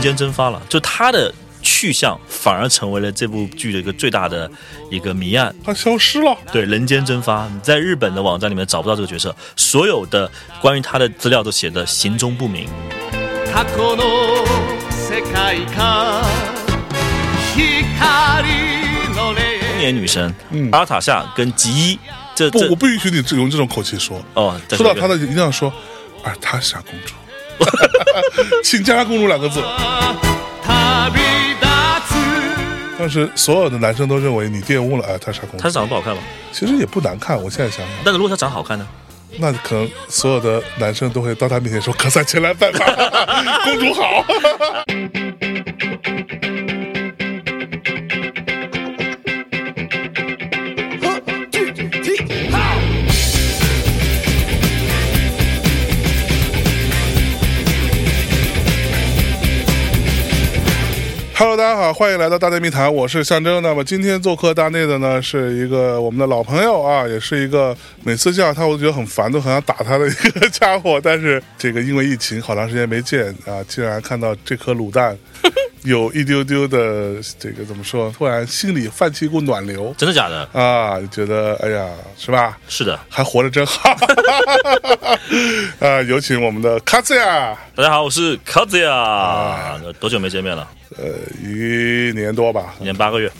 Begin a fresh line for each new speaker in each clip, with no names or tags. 间蒸发了，就他的去向反而成为了这部剧的一个最大的一个谜案。
他消失了，
对，人间蒸发，你在日本的网站里面找不到这个角色，所有的关于他的资料都写的行踪不明。
過去の世界か光の霊
中年女神、阿尔塔夏跟吉伊，这
嗯不，
这
我不允许你用这种口气说。
哦，再
说到
一
她
遍
的，一定要说阿尔塔莎公 主，请加上“公主”两个字。
旅立
当时所有的男生都认为你玷污了阿尔塔莎公
她
主，
长得不好看吧？但
其实也不难看。我现在想想，
是如果她长得好看呢？
那可能所有的男生都会到她面前说：“可赛前来拜 访，公主好。Hello，大家好，欢迎来到大内密谈，我是象征。那么今天做客大内的呢，是一个我们的老朋友啊，也是一个每次见到他我都觉得很烦，都很想打他的一个家伙。但是这个因为疫情好长时间没见啊，竟然看到这颗卤蛋，有一丢丢的这个怎么说？突然心里泛起一股暖流
真的假的？
啊，就觉得哎呀，是吧？
是的。
还活着真好。啊，有请我们的卡兹亚，
大家好，我是卡子
啊
呀，多久没见面了？
呃，一年多吧，
一年八个月。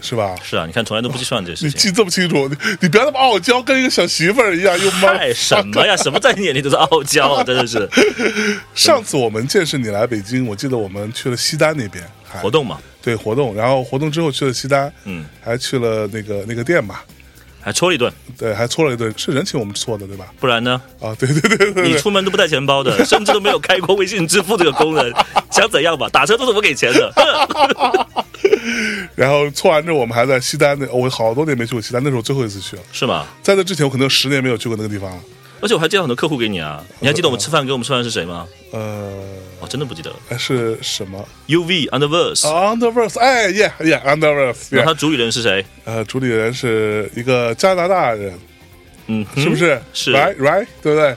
是吧？
是啊，你看从来都不计算这事
你
情。
记这么清楚，你你不要那么傲娇，跟一个小媳妇儿一样，又妈。
太什么呀？什么在你眼里都是傲娇，啊真的是
上次我们见识你来北京，我记得我们去了西单那边还
活动嘛，
对活动，然后活动之后去了西单，
嗯，
还去了那个那个店吧，
还戳了一顿，
对，还搓了一顿，是人请我们搓的对吧？
不然呢？
啊，对对对对对
你出门都不带钱包的，甚至都没有开过微信支付这个功 能，想怎样吧？打车都是我给钱的，
然后搓完之后，我们还在西单那，我好多年没去过西单，那是我最后一次去了，
是吗？
在那之前我可能有十年没有去过那个地方了，
而且我还介绍很多客户给你啊，你还记得我们吃饭给我们吃饭是谁吗？
呃，
我真的不记得了。
还是什么
UV Underverse，
啊 Underverse，哎耶耶 Underverse，
然后他
yeah
主理人是谁？
呃，主理人是一个加拿大人。
嗯，
是不是？
是
right right，对不对？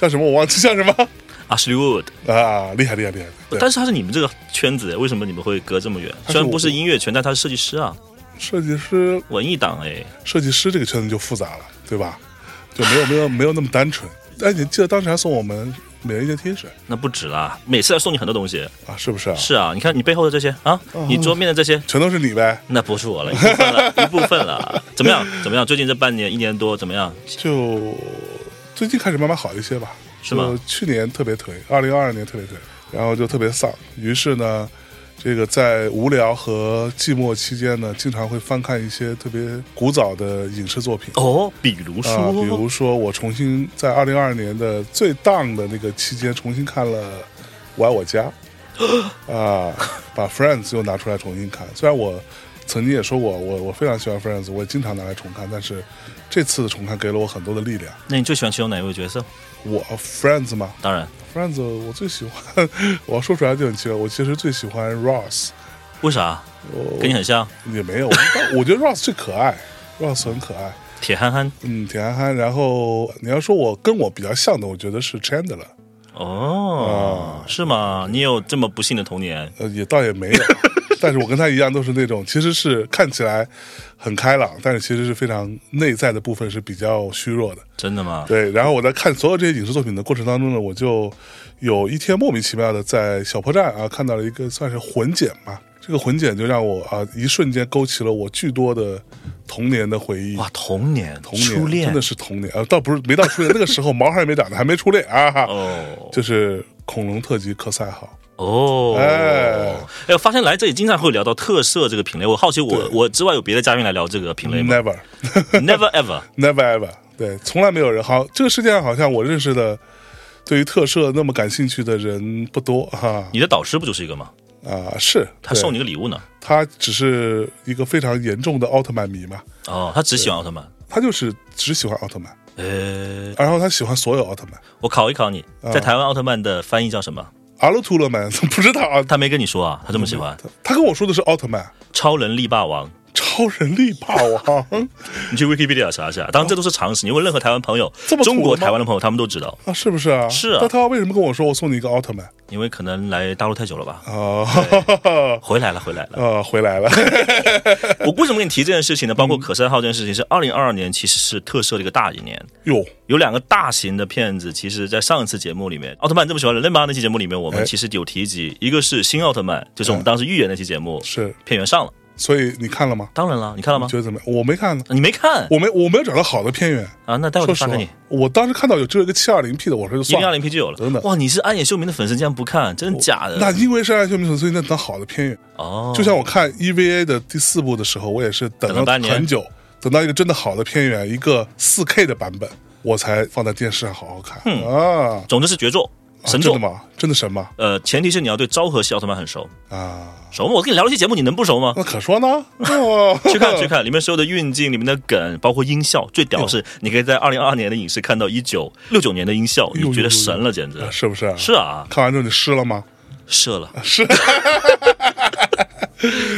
叫什么？我忘记叫什么
Ashley Wood？
啊！厉害厉害厉害！对，
但是他是你们这个圈子，为什么你们会隔这么远？
他是
虽然不
我
是音乐圈，但他是设计师啊，
设计师
文艺党哎。
设计师这个圈子就复杂了，对吧？就没有没有没有那么单纯。哎，你记得当时还送我们每人一件 T 恤
那不止啦，每次要送你很多东西。
啊，是不是啊？
是啊，你看你背后的这些啊，
哦
你桌面的这些，
全都是你呗？
那不是我了，一部分了， 一部分了。怎么样？怎么样？最近这半年、一年多怎么样？
就最近开始慢慢好一些吧。
是吗
就去年特别颓，二零二二年特别颓，然后就特别丧。于是呢，这个在无聊和寂寞期间呢，经常会翻看一些特别古早的影视作品。
哦，比如说，
啊，比如说我重新在二零二二年的最荡的那个期间重新看了《我爱我家》啊，把 Friends 又拿出来重新看。虽然我曾经也说过，我我非常喜欢 Friends，我也经常拿来重看，但是这次的重看给了我很多的力量。
那你最喜欢其中哪一位角色？
我啊 Friends 嘛
当然，
，Friends 我最喜欢， 我说出来就很奇怪，我其实最喜欢 Ross，
为
哦
啥？
我
跟你很像，
也没有，但我觉得 Ross 最可爱，Ross 很可爱，
铁憨憨。
嗯，铁憨憨。然后你要说我跟我比较像的，我觉得是 Chandler。
哦，
啊
是吗？你有这么不幸的童年？
呃，也倒也没 有，但是我跟他一样都是那种，其实是看起来很开朗，但是其实是非常内在的部分是比较虚弱的。
真的吗？
对，然后我在看所有这些影视作品的过程当中呢，我就有一天莫名其妙的在小破站啊看到了一个算是混剪吧，这个混剪就让我啊一瞬间勾起了我巨多的童年的回忆。
哇，童年，
童年
初恋
真的是童年啊，倒不是没到初恋，那个时候毛还没长呢，还没初恋啊，哈，
哦
就是恐龙特级科赛号。
哦，
哎
哎，我发现来这里经常会聊到特色这个品类，我好奇我我之外有别的嘉宾来聊这个品类 吗
Never，
？Never ever，
Never ever，对，从来没有人好，这个世界上好像我认识的对于特摄那么感兴趣的人不多哈
你的导师不就是一个吗？
啊是
他送
你，
你个礼物呢。
他只是一个非常严重的奥特曼迷嘛，
哦，他只喜欢奥特曼。
他就是只喜欢奥特曼，
呃，
然后他喜欢所有奥特曼，
我考一考你，
啊
在台湾奥特曼的翻译叫什么？
阿鲁图勒曼 不知道啊，嗯
他没跟你说啊，他这么喜欢
他他跟我说的是奥特曼，
超能力霸王。
超超人力霸王
你去 Wikipedia 查一下，当然这都是常识。你问任何台湾朋友
这么，土的吗
中国台湾的朋友，他们都知道，
啊，是不是啊？
是啊
那他为什么跟我说我送你一个奥特曼
因为可能来大陆太久了吧。
啊？
回来了，回来了。
呃，回来了，
我为什么给你提这件事情呢？
嗯
包括可赛号这件事情，是二零二二年其实是特摄的一个大一年，
哟，
有两个大型的片子，其实在上一次节目里面，奥特曼这么喜欢人类吗？那期节目里面，我
哎
们其实有提及，一个是新奥特曼，就是我们当时预言那期节目，
是，
片源上了。
所以你看了吗？
当然了，你看了吗
你？觉得怎么样？我没看呢，
你没看
我没我没有找到好的片源。
啊？那待会
说
儿
实
发
话
给你。，
我当时看到有只有一个七二零 P 的，我说就
一
算
零二
了。
零 P 就有了，
等等
哇！你是暗野秀明的粉丝，竟然不看，真的假的？
那因为是爱秀明所以那等好的片源，
哦，
就像我看 EVA 的第四部的时候，我也是等
等了半年
很久，等到一个真的好的片源，一个四 K 的版本，我才放在电视上好好看啊。
总之是绝作，
啊
嗯神
真
作
的。吗？真的神吗？
呃，前提是你要对昭和系奥特曼很熟，
啊，
熟吗？我跟你聊这期节目，你能不 熟吗？
那 可说呢。哦
去看 去看，里面所有的运镜、里面的梗，包括音效，最屌是你可以在二零二二年的影视看到一九六九年的音效，
呦呦
你觉得神了，简直
啊是不是？
是啊，
看完之后你湿了吗？
射了，
是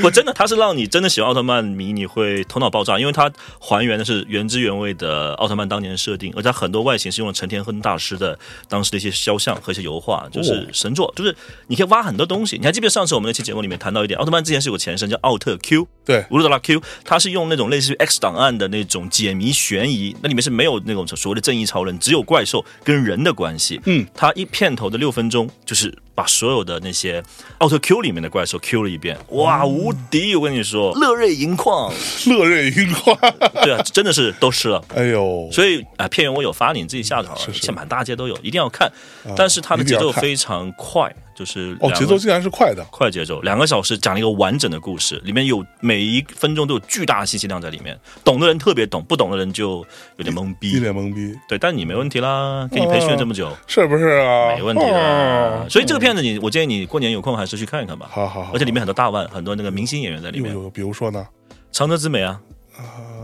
我真的，它是让你真的喜欢奥特曼迷，你会头脑爆炸，因为它还原的是原汁原味的奥特曼当年的设定，而且它很多外形是用了陈田亨大师的当时的一些肖像和一些油画，就是神作，就是你可以挖很多东西。你还记不记得上次我们那期节目里面谈到一点，奥特曼之前是有个前身叫奥特 Q，
对
乌鲁德拉 Q，它是用那种类似于 X 档案的那种解谜悬疑，那里面是没有那种所谓的正义超人，只有怪兽跟人的关系。
嗯，
它一片头的六分钟就是把所有的那些奥特 Q 里面的怪兽 Q 了一遍，哇，无敌！我跟你说，
哦
热泪盈眶。
乐瑞盈眶。
对啊，真的是都吃了。
哎呦，
所以啊，片源我有发你，你自己下就好了。
是是哦
现在满大街都有，一定要看。但是它的节
一定
奏
要看
非常快，就是
哦，
两
节
个
奏竟然是快的。
快节奏，两个小时讲了一个完整的故事，里面有每一分钟都有巨大的信息量在里面。懂的人特别懂，不懂的人就有点懵
一
逼。
脸懵逼，
对，但你没问题啦，给你
哦
培训了这么久，
是不是啊？
没问题啦
哦。
所以这个片子你，我建议你过年有空还是去看一看吧。
好好好
而且里面很多大腕，很多那个明星演员在里
有
面，
有，比如说呢？
长泽直美啊，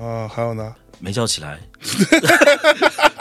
啊，还有呢？
没叫起 来，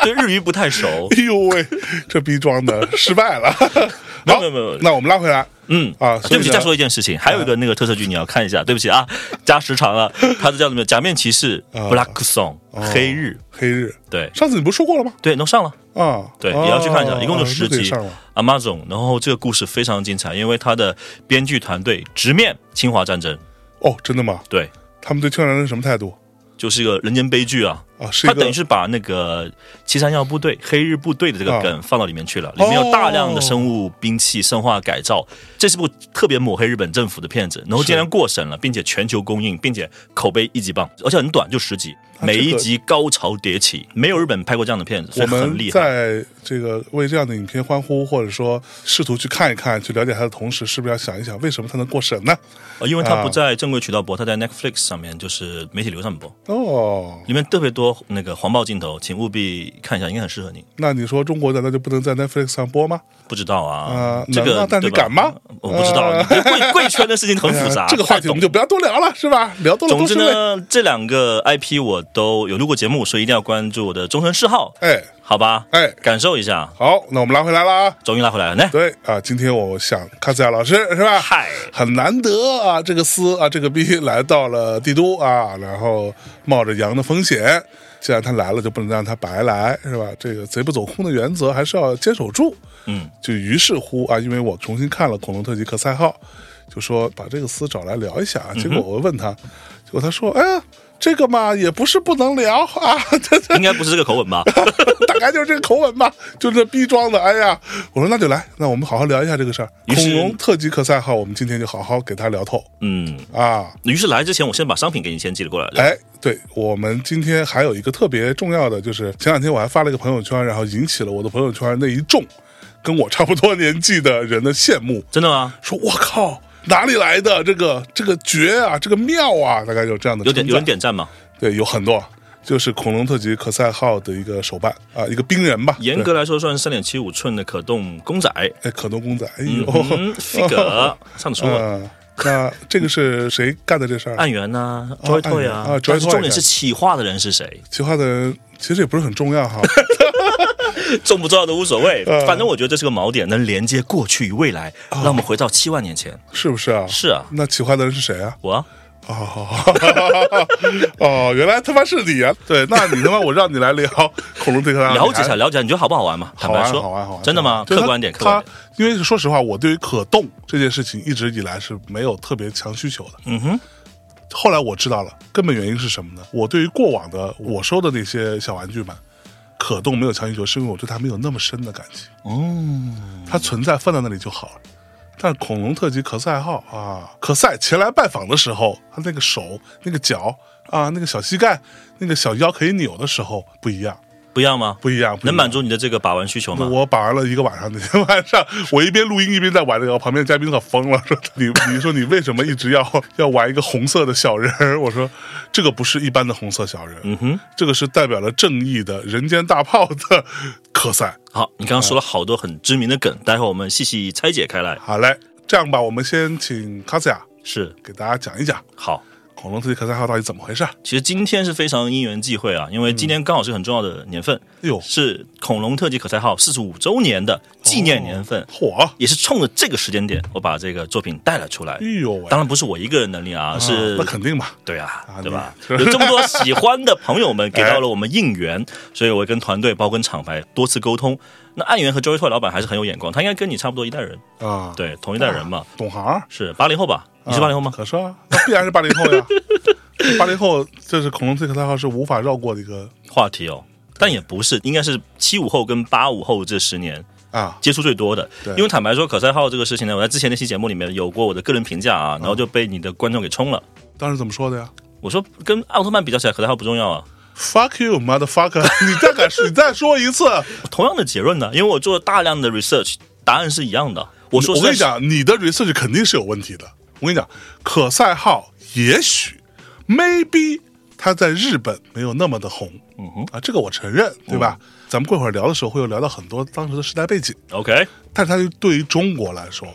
对日语不太熟。
哎呦喂， 这逼装的失败了。
没有
好
没有没有
那我们拉回来。
嗯
啊所以
对不起，
呢
再说一件事情，还有一个那个特色剧你要看一下，对不起啊， 加时长了，它是叫什么？假面骑士
啊
Black Song 黑日，
黑日，
对
上次你不是说过了吗？
对，能上了。
啊，
对，
啊
也要去看一下，一共就十
那可以
集
上了。。
Amazon，然后这个故事非常精彩，因为它的编剧团队直面侵华战争，
哦，真的吗？
对，
他们对青年人是什么态度？
就是一个人间悲剧啊。
啊，是一
它
个
等于是把那个七三幺部队、黑日部队的这
啊
个梗放到里面去了，里面有大量的生物兵器、生化改造，这是部特别抹黑日本政府的片子，然后竟然过审了，并且全球公映，并且口碑一级棒，而且很短，就十集，
那啊这
每
个
一集高潮迭起，没有日本拍过这样的片子，所
我
以很
们
厉害。
在这个为这样的影片欢呼，或者说试图去看一看、去了解它的同时，是不是要想一想，为什么它能过审呢？
呃因为它
啊
不在正规渠道播，它在 Netflix 上面就是媒体流上播。
哦，
里面特别多那个黄暴镜头，请务必看一下，应该很适合你。
那你说中国难道就不能在 Netflix 上播吗？
不知道啊
啊，
这
能
个
啊但
对
你
吧
敢吗
我不知道，
啊
你这贵贵圈的事情很复杂，
哎呀 这个话题我们就不要多聊了，是吧？聊多
不太懂。总
了都
之
是泪。
呢，这两个 IP 我都有录过节目，所以一定要关注我的忠诚嗜好，
哎，
好吧？
哎
感受一下，
好，那我们拉回来了啊。
终于拉回来了，来，
对啊，今天我想看斯亚老师是吧？
嗨，
很难得啊，这个斯啊，这个逼来到了帝都啊，然后冒着羊的风险，既然他来了，就不能让他白来，是吧？这个贼不走空的原则还是要坚守住。
嗯，
就于是乎啊，因为我重新看了《恐龙特级克赛号》，就说把这个斯找来聊一下
嗯
啊。结果我问他，结果他说：“哎呀，这个嘛也不是不能聊啊， 这这
应该不是这个口吻吧？
大概就是这个口吻吧，就是这逼装的。哎呀，我说那就来，那我们好好聊一下这个事儿。
于是
恐龙特级克赛号，我们今天就好好给他聊透
嗯，
啊。
于是来之前，我先把商品给你先寄了过来，
哎，对我们今天还有一个特别重要的，就是前两天我还发了一个朋友圈，然后引起了我的朋友圈那一众跟我差不多年纪的人的羡慕，
真的吗？
说我靠。哪里来的这个这个绝啊，这个妙啊，大概有这样的
有点
称
有
赞
人点赞吗？
对，有很多，就是恐龙特级可赛号的一个手办啊，一个冰人吧，
严
对
格来说，算是三点七五寸的可动公仔，
哎，可动公仔，哎呦，
嗯哼 ，figure，上次说过。
嗯，那这个是谁干的这事儿？
案源呐、Joy
案
Toy
源
啊
啊，
但
Joy
是
Toy
重点是企划的人是谁，
企划的人其实也不是很重要哈。
重不重要都无所谓
嗯，
反正我觉得这是个锚点，能连接
哦
过去与未来，让我们回到七万年前。
是不是啊？
是啊，
那企划的人是谁啊？
我啊
哦哦，原来他妈是你啊！对，那你他妈我让你来聊恐龙对克拉，
了解一
啊你
下，
还
了解一下，你觉得好不好玩嘛？坦
好玩
白
好
说，
玩好啊玩，好玩
真的吗？
就
客
是它
观点，客观
它
点。
因为说实话，我对于可动这件事情一直以来是没有特别强需求的。
嗯哼，
后来我知道了，根本原因是什么呢？我对于过往的我收的那些小玩具们，可动没有强需求，是因为我对它没有那么深的感情。
哦，
它存在放在那里就好了。但是恐龙特级可赛号啊，可赛前来拜访的时候，他那个手、那个脚啊、那个小膝盖、那个小腰可以扭的时候不一样，
不一样吗？
不一样，不一样
能满。足你的这个把玩需求吗？
我把玩了一个晚上，那天 晚上我一边录音一边在玩这个，我旁边的嘉宾可疯了，说你你说你为什么一直要要玩一个红色的小人儿？我说这个不是一般的红色小人，
嗯哼，
这个是代表了正义的人间大炮的可赛。
好，你刚刚说了好多很知名的梗，待会儿我们细细拆解开来。
好嘞，这样吧，我们先请卡斯亚
是
给大家讲一讲
好，
恐龙特级可赛号到底怎么回事。哎
其实今天是非常因缘际会啊，因为今天刚好是很重要的年份，
哎呦，
是恐龙特级可赛号四十五周年的纪
哦
念年份，
火！
也是冲着这个时间点，我把这个作品带了出来
哎。呦喂，
当然不是我一个人能力啊，是
哦那肯定嘛，
对啊
啊，哎
对吧？
那
有这么多喜欢的朋友 们给到了我们应援，所以我跟团队包括跟厂牌多次沟通。那岸源和 Joy Toy 老板还是很有眼光，他应该跟你差不多一代人，
啊，，
对，同一代人嘛，
懂行儿。
是八零后吧？你是八零后吗
啊？可是啊，那必然是八零后呀。 八零后，这是恐龙特级可赛号是无法绕过的一个
话题哦，但也不是，应该是七五后跟八五后这十年
啊，
接触最多的
对。
因为坦白说，可赛号这个事情呢，我在之前那期节目里面有过我的个人评价
嗯
啊，然后就被你的观众给冲了。
当时怎么说的呀
我说跟奥特曼比较起来，可赛号不重要啊。
？Fuck you, motherfucker！你 再敢说，你再说一次，
同样的结论呢，因为我做了大量的 research，答案是一样的。我说
我
实
跟
在
你
是
讲，你的 research 肯定是有问题的。我跟你讲，可赛号也许 maybe 它在日本没有那么的红，嗯哼啊，这个我承认，对吧？
嗯
咱们过会儿聊的时候会有聊到很多当时的时代背景，
，OK，
但是它对于中国来说，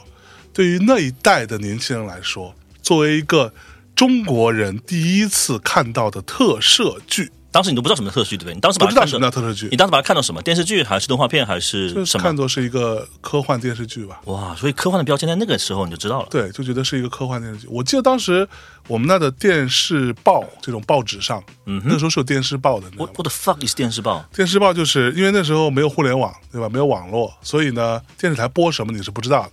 对于那一代的年轻人来说，作为一个中国人第一次看到的特摄剧，
当时你都不知道什么特摄剧对不对？你当时把
不
它
知道
看
什么
成，
叫啊特摄剧
你，当时把它看到什么电视剧还是动画片还
就是是
什么
看？作是一个科幻电视剧吧。
哇，所以科幻的标签在那个时候你就知道了。
对，就觉得是一个科幻电视剧。我记得当时我们那的电视报这种报纸上，嗯，那时候是有电视报的，你知道
我
吗？
我的 fuck is 电视报
电视报就是因为那时候没有互联网，对吧？没有网络，所以呢，电视台播什么你是不知道的，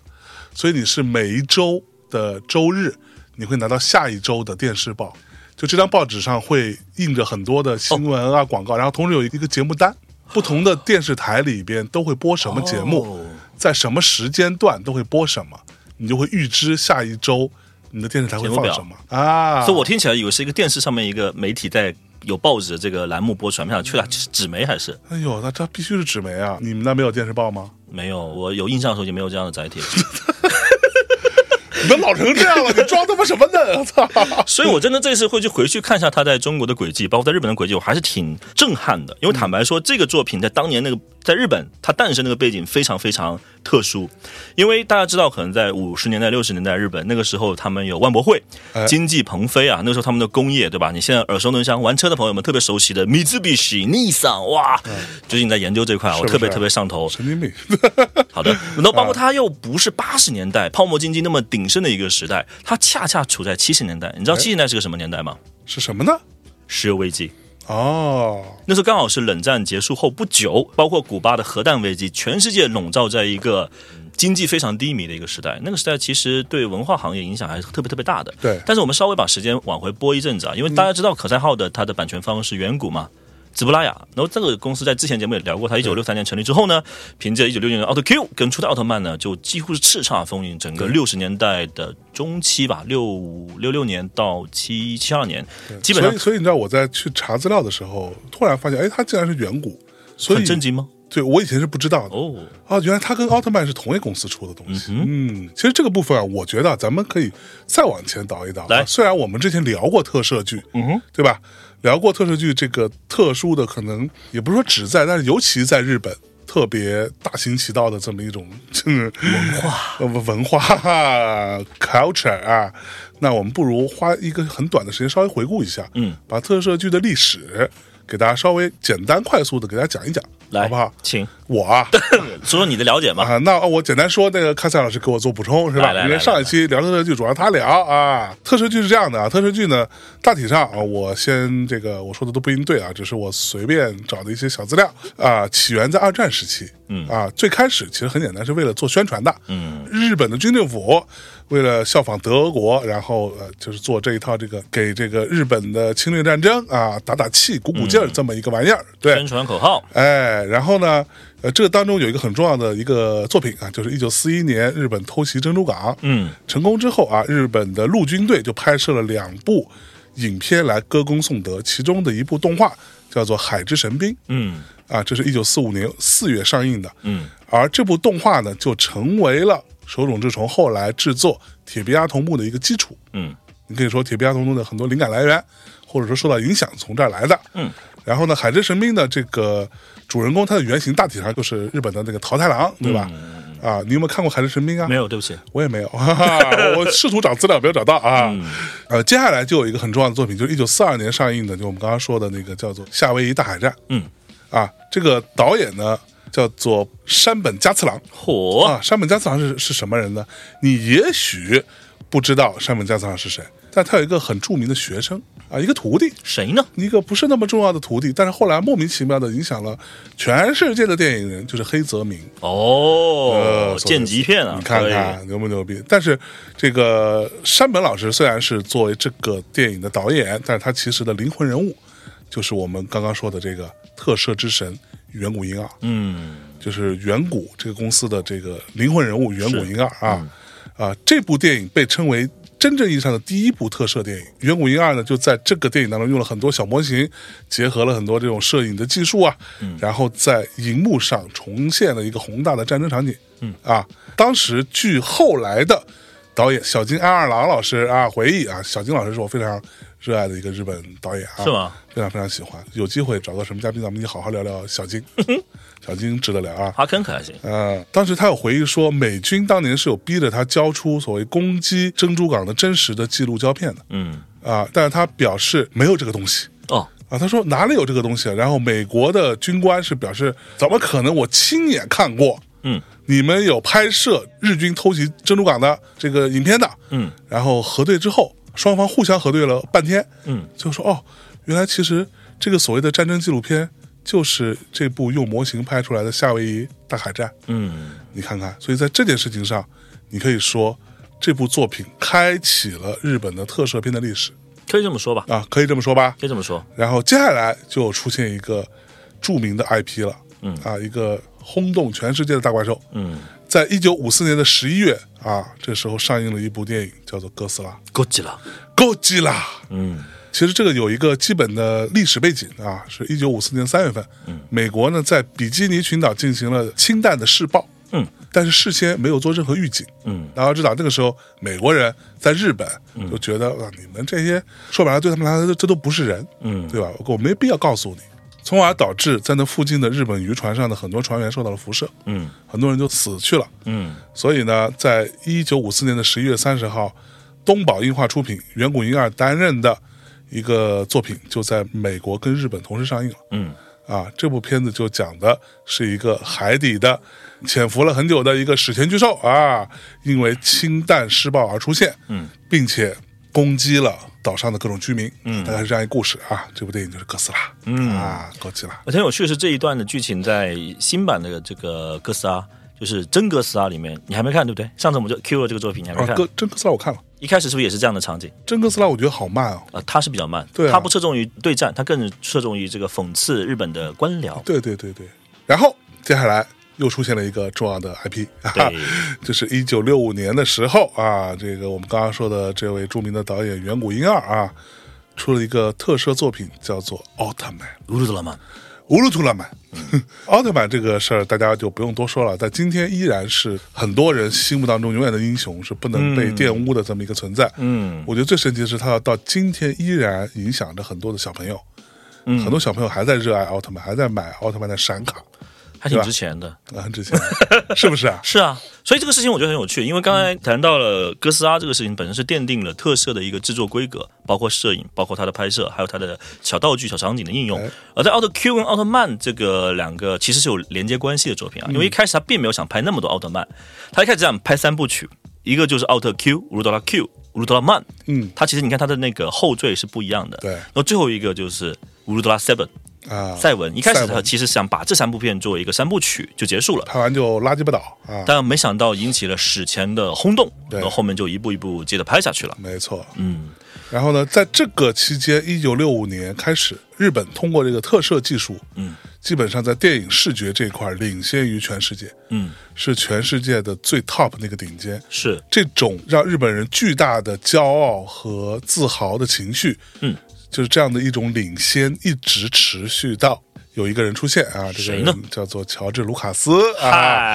所以你是每一周的周日，你会拿到下一周的电视报。就这张报纸上会印着很多的新闻啊、广告，然后同时有一个节目单，不同的电视台里边都会播什么节目。
哦
在什么时间段都会播什么，你就会预知下一周你的电视台会放什么啊。
所以我听起来以为是一个电视上面一个媒体在有报纸的这个栏目播传，没想到去了纸媒还是
哎呦，那这必须是纸媒啊！你们那没有电视报吗？
没有。我有印象的时候也没有这样的载体，
你都老成这样了，你装他妈什么嫩？啊我操！
所以我真的这次会去回去看一下他在中国的轨迹，包括在日本的轨迹，我还是挺震撼的。因为坦白说，这个作品在当年那个在日本它诞生那个背景非常非常特殊，因为大家知道，可能在五十年代、六十年代日本那个时候，他们有万博会
哎，
经济鹏飞啊，那个时候他们的工业对吧？你现在耳熟能详，玩车的朋友们特别熟悉的 Mitsubishi、Nissan，哇，最近在研究这块啊，我
是不是
特别特别上头。
神经病！
好的，然后包括它又不是八十年代泡沫经济那么鼎盛的一个时代，它恰恰处在七十年代。你知道七十年代是个什么年代吗？
是什么呢？
哎石油危机。
哦，
那时候刚好是冷战结束后不久，包括古巴的核弹危机，全世界笼罩在一个经济非常低迷的一个时代。那个时代其实对文化行业影响还是特别特别大的。
对
但是我们稍微把时间往回拨一阵子啊，因为大家知道可赛号的它的版权方是远古嘛。紫布拉雅，然后这个公司在之前节目也聊过，它一九六三年成立之后呢，凭借一九六六年的奥特 Q 跟初代奥特曼呢，就几乎是叱咤风云，整个六十年代的中期吧，六五六六年到七七二年，基本
所
上
以所以你知道我在去查资料的时候，突然发现，哎，它竟然是远古，所以
很震惊吗？
对我以前是不知道的。
哦，
啊，原来它跟奥特曼是同一公司出的东西。嗯其实这个部分啊，我觉得啊咱们可以再往前倒一倒。
来
虽然我们之前聊过特摄剧，嗯哼，对吧？聊过特摄剧这个特殊的，可能也不是说只在，但是尤其在日本特别大行其道的这么一种文化文化 culture 啊。那我们不如花一个很短的时间稍微回顾一下，
嗯，
把特摄剧的历史给大家稍微简单快速的给大家讲一讲。
来
好不好？
请
我啊，
说说你的了解吧。
啊，那我简单说，那个康赛老师给我做补充是吧
来来？
因为
来
上一期聊特摄剧，主要他聊啊。特摄剧是这样的啊，特摄剧呢，大体上啊，我先这个我说的都不一定对啊，只是我随便找的一些小资料啊，起源在二战时期，嗯啊，最开始其实很简单，是为了做宣传的，嗯，日本的军政府。为了效仿德国，然后呃，就是做这一套这个给这个日本的侵略战争啊打打气、鼓鼓劲儿这么一个玩意儿，对，
嗯宣传口号，
哎，然后呢，呃，这个当中有一个很重要的一个作品啊，就是一九四一年日本偷袭珍珠港，
嗯，
成功之后啊，日本的陆军队就拍摄了两部影片来歌功颂德，其中的一部动画叫做《海之神兵》，
嗯
啊，这是一九四五年四月上映的，
嗯，
而这部动画呢，就成为了手冢治虫后来制作《铁臂阿童木》的一个基础，
嗯
你可以说铁臂阿童木的很多灵感来源，或者说受到影响从这儿来的。
嗯，
然后呢，海之神兵的这个主人公他的原型大体上就是日本的那个桃太郎，对吧？
嗯
啊，你有没有看过海之神兵啊
没？有，对不起，
我也没有， 哈哈我试图找资料没有找到啊。呃，接下来就有一个很重要的作品，就是一九四二年上映的，就我们刚刚说的那个叫做《夏威夷大海战》。
嗯，
啊，这个导演呢叫做山本加次郎。
火
啊，山本家次郎是是什么人呢？你也许不知道山本家次郎是谁，但他有一个很著名的学生啊，一个徒弟，
谁呢？
一个不是那么重要的徒弟，但是后来莫名其妙的影响了全世界的电影人，就是黑泽明。
哦
呃，
剑戟片啊，
你看
可以
看牛不牛逼？但是这个山本老师虽然是作为这个电影的导演，但是他其实的灵魂人物就是我们刚刚说的这个特摄之神远古婴儿。
嗯
就是远古这个公司的这个灵魂人物远古银二
嗯
啊、啊！这部电影被称为真正意义上的第一部特摄电影。远古银二呢，就在这个电影当中用了很多小模型，结合了很多这种摄影的技术啊，
嗯
然后在荧幕上重现了一个宏大的战争场景。嗯啊，当时据后来的导演小津安二郎老师啊回忆啊，小津老师是我非常热爱的一个日本导演啊，
是吗？
非常非常喜欢，有机会找个什么嘉宾，咱们一起好好聊聊小津。小津值得聊啊。
哈肯可还行，
呃，当时他有回忆说，美军当年是有逼着他交出所谓攻击珍珠港的真实的记录胶片的
嗯
啊、但是他表示没有这个东西
哦，
啊，他说哪里有这个东西啊？然后美国的军官是表示，怎么可能？我亲眼看过，
嗯
你们有拍摄日军偷袭珍珠港的这个影片的，
嗯
然后核对之后，双方互相核对了半天，
嗯，
就说哦，原来其实这个所谓的战争纪录片就是这部用模型拍出来的夏威夷大海战。
嗯
你看看，所以在这件事情上，你可以说这部作品开启了日本的特摄片的历史
可以这么说吧，
啊，可以这么说吧。
可以这么说，
然后接下来就出现一个著名的 IP 了，
嗯
啊，一个轰动全世界的大怪兽，
嗯，
在一九五四年的十一月啊，这时候上映了一部电影叫做《哥斯拉》
够极了，
，Godzilla。
嗯
其实这个有一个基本的历史背景啊，是一九五四年三月份，
嗯
美国呢在比基尼群岛进行了氢弹的试爆，
嗯
但是事先没有做任何预警。
嗯
大家知道那个时候美国人在日本就觉得、啊，你们这些说白了对他们来说这都不是人，
嗯
对吧？我没必要告诉你，从而导致在那附近的日本渔船上的很多船员受到了辐射，
嗯
很多人就死去了。
嗯
所以呢，在一九五四年的十一月三十号，东宝映画出品、远古银二担任的一个作品，就在美国跟日本同时上映了。
嗯
啊，这部片子就讲的是一个海底的潜伏了很久的一个史前巨兽啊，因为氢弹施暴而出现，
嗯，
并且攻击了岛上的各种居民，嗯，大概是这样一个故事啊。这部电影就是哥斯拉，嗯啊，哥吉拉，
而且很有趣的是这一段的剧情在新版的这个哥斯拉，就是真哥斯拉里面，你还没看对不对？上次我们就 Q 了这个作品，你还没
啊，
看
哥，真哥斯拉我看了，
一开始是不是也是这样的场景？
真哥斯拉我觉得好慢哦，
啊，它是比较慢，
对啊
它不侧重于对战，它更侧重于这个讽刺日本的官僚。
对对对对。然后接下来又出现了一个重要的 IP，哈，
对
就是一九六五年的时候啊，这个我们刚刚说的这位著名的导演远古婴儿啊，出了一个特摄作品，叫做《奥特曼》。
乌鲁德拉曼，
乌鲁图拉曼，
嗯
奥特曼这个事儿大家就不用多说了，在今天依然是很多人心目当中永远的英雄，是不能被玷污的这么一个存在。
嗯
我觉得最神奇的是，他到今天依然影响着很多的小朋友，
嗯
很多小朋友还在热爱奥特曼，还在买奥特曼的闪卡。
还挺值钱的。
啊，很值钱，是不是啊？
是啊，所以这个事情我觉得很有趣，因为刚才谈到了哥斯拉这个事情本身是奠定了特摄的一个制作规格，包括摄影，包括它的拍摄，还有它的小道具、小场景的应用
哎。
而在奥特 Q 跟奥特曼这个两个其实是有连接关系的作品啊，
嗯
因为一开始他并没有想拍那么多奥特曼，他一开始想拍三部曲，一个就是奥特 Q、乌鲁多拉 Q、乌鲁多拉曼，
嗯
它其实你看它的那个后缀是不一样的。
对
然后最后一个就是乌鲁多拉 Seven
啊，
赛文，一开始
赛
他
文啊
其实想把这三部片作为一个三部曲就结束了。
拍完就垃圾不倒啊，
但没想到引起了史前的轰动，
对
然后后面就一步一步接着拍下去了。
没错。
嗯，
然后呢，在这个期间，一九六五年开始，日本通过这个特摄技术，
嗯，
基本上在电影视觉这一块领先于全世界，
嗯，
是全世界的最 top 那个顶尖。
是
这种让日本人巨大的骄傲和自豪的情绪，
嗯，
就是这样的一种领先，一直持续到有一个人出现啊，这个
谁呢
人叫做乔治·卢卡斯啊，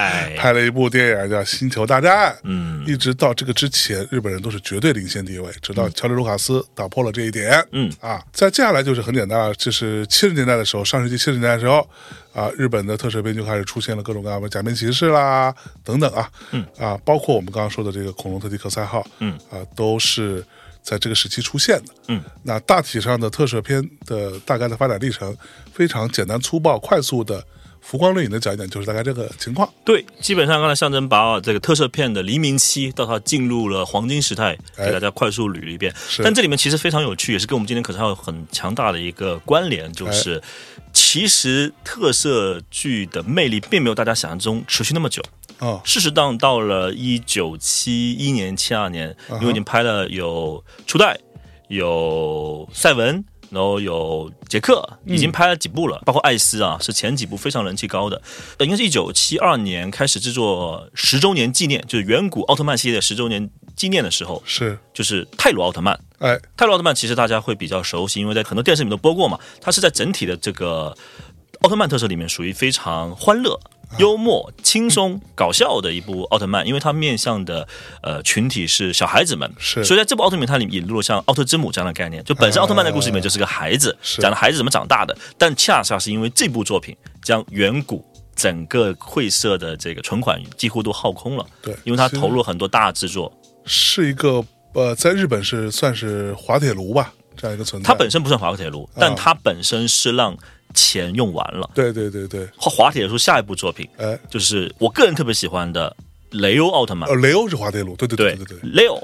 嗨，
拍了一部电影叫《星球大战》，
嗯
一直到这个之前，日本人都是绝对领先地位，直到乔治·卢卡斯打破了这一点。
嗯
啊，再接下来就是很简单，啊就是七十年代的时候，上世纪七十年代的时候，啊，日本的特摄片就开始出现了各种各样的假面骑士啦等等啊，嗯啊，包括我们刚刚说的这个恐龙特技克赛号，
嗯
啊，都是在这个时期出现的。
嗯，
那大体上的特摄片的大概的发展历程，非常简单粗暴、快速的。浮光掠影的讲一讲，就是大概这个情况。
对，基本上刚才象征把这个特摄片的黎明期到它进入了黄金时代，
哎
给大家快速捋了一遍。但这里面其实非常有趣，也是跟我们今天可是还有很强大的一个关联，就是、
哎
其实特摄剧的魅力并没有大家想象中持续那么久。
啊、
事实上，到了一九七一年、七二年，因为已经拍了有初代、有赛文，然后有杰克，已经拍了几部了，包括艾斯啊，是前几部非常人气高的。呃，应该是一九七二年开始制作十周年纪念，就是远古奥特曼系列十周年纪念的时候，
是，
就是泰罗奥特曼。
哎，
泰罗奥特曼其实大家会比较熟悉，因为在很多电视里面都播过嘛。它是在整体的这个奥特曼特色里面属于非常欢乐、
啊
幽默、轻松、搞笑的一部奥特曼，因为它面向的呃群体是小孩子们，
是
所以在这部奥特曼它里面引入了像奥特之母这样的概念，就本身奥特曼在故事里面就是个孩子，
啊是
讲的孩子怎么长大的，但恰恰是因为这部作品将远古。整个会社的这个存款几乎都耗空了，
对
因为它
其实
投入了很多大制作，
是一个呃，在日本是算是滑铁卢吧，这样一个存在。
它本身不算滑铁卢，
嗯
但它本身是让钱用完了。
对对对对，
滑滑铁卢下一部作品
哎，
就是我个人特别喜欢的雷欧奥特曼
呃，。雷欧是滑铁卢，对对
对
对对对，
雷欧，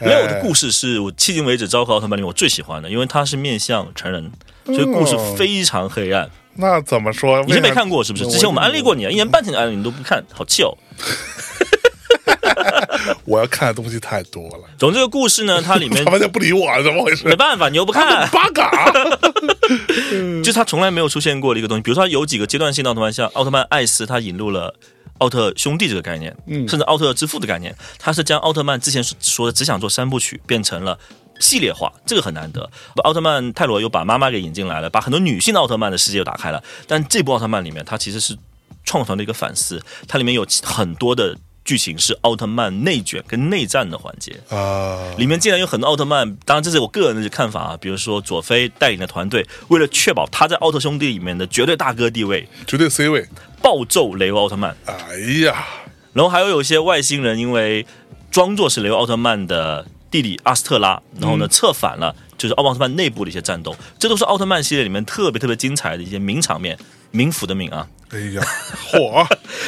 雷欧的
哎
故事是我迄今为止昭和奥特曼里我最喜欢的，因为它是面向成人，所
嗯
以故事非常黑暗。
那怎么说？
你是没看过是不是？
哦我
之前我们安利过你，啊一年半前的安利你都不看，好气哦。
我要看的东西太多了，
总之这个故事呢，它里面
他们就不 理我，怎么回事
没？办法，你又不看，
八
嗯
嘎！
就是他从来没有出现过的一个东西。比如说，他有几个阶段性的奥特曼，像奥特曼艾斯，他引入了奥特兄弟这个概念，嗯，甚至奥特之父的概念，他是将奥特曼之前说的只想做三部曲变成了。系列化这个很难得，奥特曼泰罗又把妈妈给引进来了，把很多女性的奥特曼的世界又打开了。但这部奥特曼里面，它其实是创团的一个反思，它里面有很多的剧情是奥特曼内卷跟内战的环节。
啊，
里面竟然有很多奥特曼，当然这是我个人的看法啊。比如说佐菲带领的团队，为了确保他在奥特兄弟里面的绝对大哥地位，
绝对 C 位。
暴揍雷欧奥特曼。
哎呀，
然后还有有一些外星人，因为装作是雷欧奥特曼的弟弟阿斯特拉，然后呢策反了，就是奥特曼内部的一些战斗，这都是奥特曼系列里面特别特别精彩的一些名场面，名府的名啊。
哎呀， 嚯！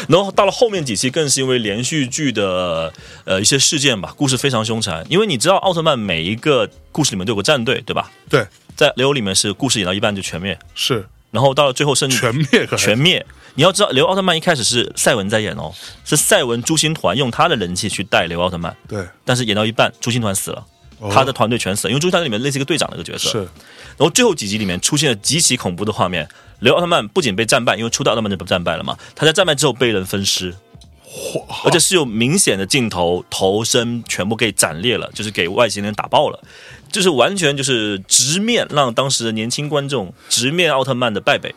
然后到了后面几期，更是因为连续剧的呃一些事件吧，故事非常凶残。因为你知道奥特曼每一个故事里面都有个战队，对吧？
对，
在雷欧里面是故事演到一半就全灭，
是
然后到了最后甚至
全灭，可还
全灭。你要知道，雷欧奥特曼一开始是赛文在演哦，是赛文朱星团用他的人气去带雷欧奥特曼，
对，
但是演到一半，朱星团死了。
哦
他的团队全死了，因为朱星团里面类似一个队长的一个角色。
是
然后最后几集里面出现了极其恐怖的画面，雷欧奥特曼不仅被战败，因为初代奥特曼就被战败了嘛，他在战败之后被人分尸，而且是有明显的镜头，头身全部给斩裂了，就是给外星人打爆了，就是完全就是直面让当时的年轻观众直面奥特曼的败北，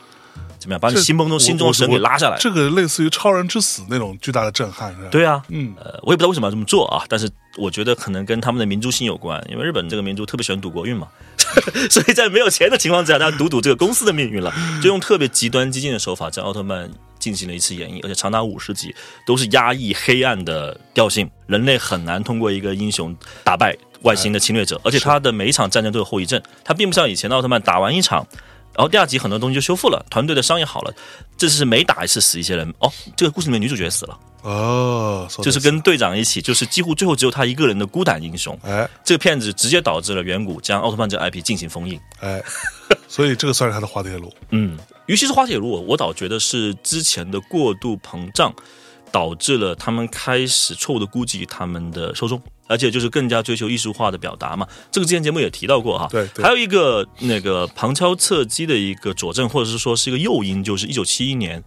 怎么样把你
这
心目中
我
心中
我
的神给
我
拉下来？
这个类似于超人之死那种巨大的震撼，是吧？
对啊，
嗯
呃，我也不知道为什么要这么做啊，但是我觉得可能跟他们的民族性有关，因为日本这个民族特别喜欢赌国运嘛， 所以在没有钱的情况之下，他赌赌这个公司的命运了，就用特别极端激进的手法将奥特曼。进行了一次演绎，而且长达五十集，都是压抑黑暗的调性。人类很难通过一个英雄打败外星的侵略者，而且他的每一场战争都有后遗症，他并不像以前的奥特曼打完一场。然后第二集很多东西就修复了，团队的商业好了，这是每打一次死一些人哦。这个故事里面女主角死了，
哦，そう
就
です
是跟队长一起，就是几乎最后只有他一个人的孤胆英雄。
哎
这个片子直接导致了远古将奥特曼这个 IP 进行封印。
哎，所以这个算是他的滑铁卢。
嗯，尤其是花铁路，我倒觉得是之前的过度膨胀，导致了他们开始错误的估计他们的受众，而且就是更加追求艺术化的表达嘛。这个之前节目也提到过哈。
对对
还有一个那个旁敲侧击的一个佐证，或者是说是一个诱因，就是一九七一年《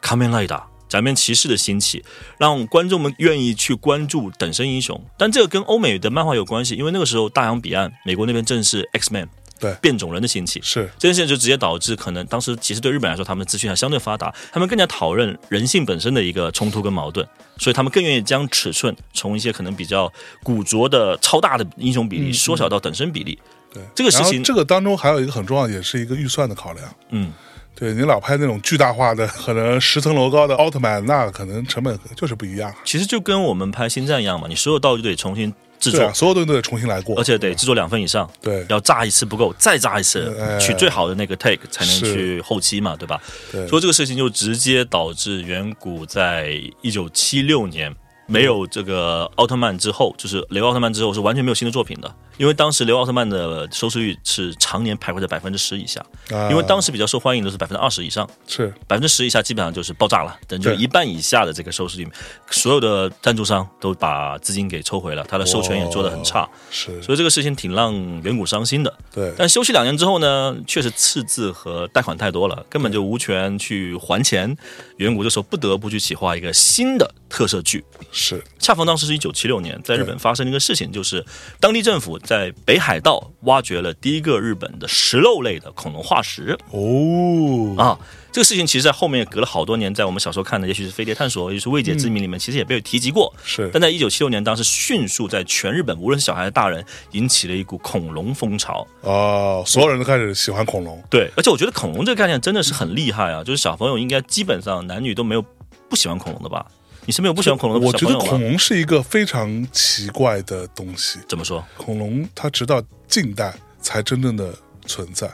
卡面拉伊达》。假面骑士的兴起，让观众们愿意去关注等身英雄，但这个跟欧美的漫画有关系，因为那个时候大洋彼岸，美国那边正是 X Man
对
变种人的兴起，
是
这件事情就直接导致可能当时其实对日本来说，他们的资讯还相对发达，他们更加讨论人性本身的一个冲突跟矛盾，所以他们更愿意将尺寸从一些可能比较古拙的超大的英雄比
嗯
例缩小到等身比例。
对
这个事
然后
情
这个当中还有一个很重要，也是一个预算的考量。
嗯，
对你老拍那种巨大化的，可能十层楼高的奥特曼，那可能成本就是不一样。
其实就跟我们拍《星战》一样嘛，你所有道具都得重新制
对
作
啊，，所有东西都得重新来过，
而且得制作两份以上。
嗯对
要炸一次不够，再炸一次
哎，
取最好的那个 take 才能
是
去后期嘛，对吧？
对
所以这个事情就直接导致远古在一九七六年没有这个奥特曼之后，就是雷欧奥特曼之后是完全没有新的作品的，因为当时雷欧奥特曼的收视率是常年徘徊在百分之十以下，
啊
因为当时比较受欢迎的是百分之二十以上，
是
百分之十以下基本上就是爆炸了，等于就
对
一半以下的这个收视率，所有的赞助商都把资金给抽回了，他的授权也做得很差，
是，
所以这个事情挺让远古伤心的。
对
但休息两年之后呢，确实赤字和贷款太多了，根本就无权去还钱。远古这时候不得不去企划一个新的特色剧。
是
恰逢当时是一九七六年，在日本发生了一个事情，就是当地政府在北海道挖掘了第一个日本的石漏类的恐龙化石
哦
啊。这个事情其实，在后面隔了好多年，在我们小时候看的，也许是《飞碟探索》，也许是《未解之谜》里面，其实也被提及过。
是
但在一九七六年，当时迅速在全日本，无论是小孩还是大人，引起了一股恐龙风潮。
哦，所有人都开始喜欢恐龙，
对，而且我觉得恐龙这个概念真的是很厉害啊！就是小朋友应该基本上男女都没有不喜欢恐龙的吧？你身边有不喜欢恐龙的
我
小
觉
朋
得
友
恐
吗？
龙是一个非常奇怪的东西。
怎么说？
恐龙它直到近代才真正的存在，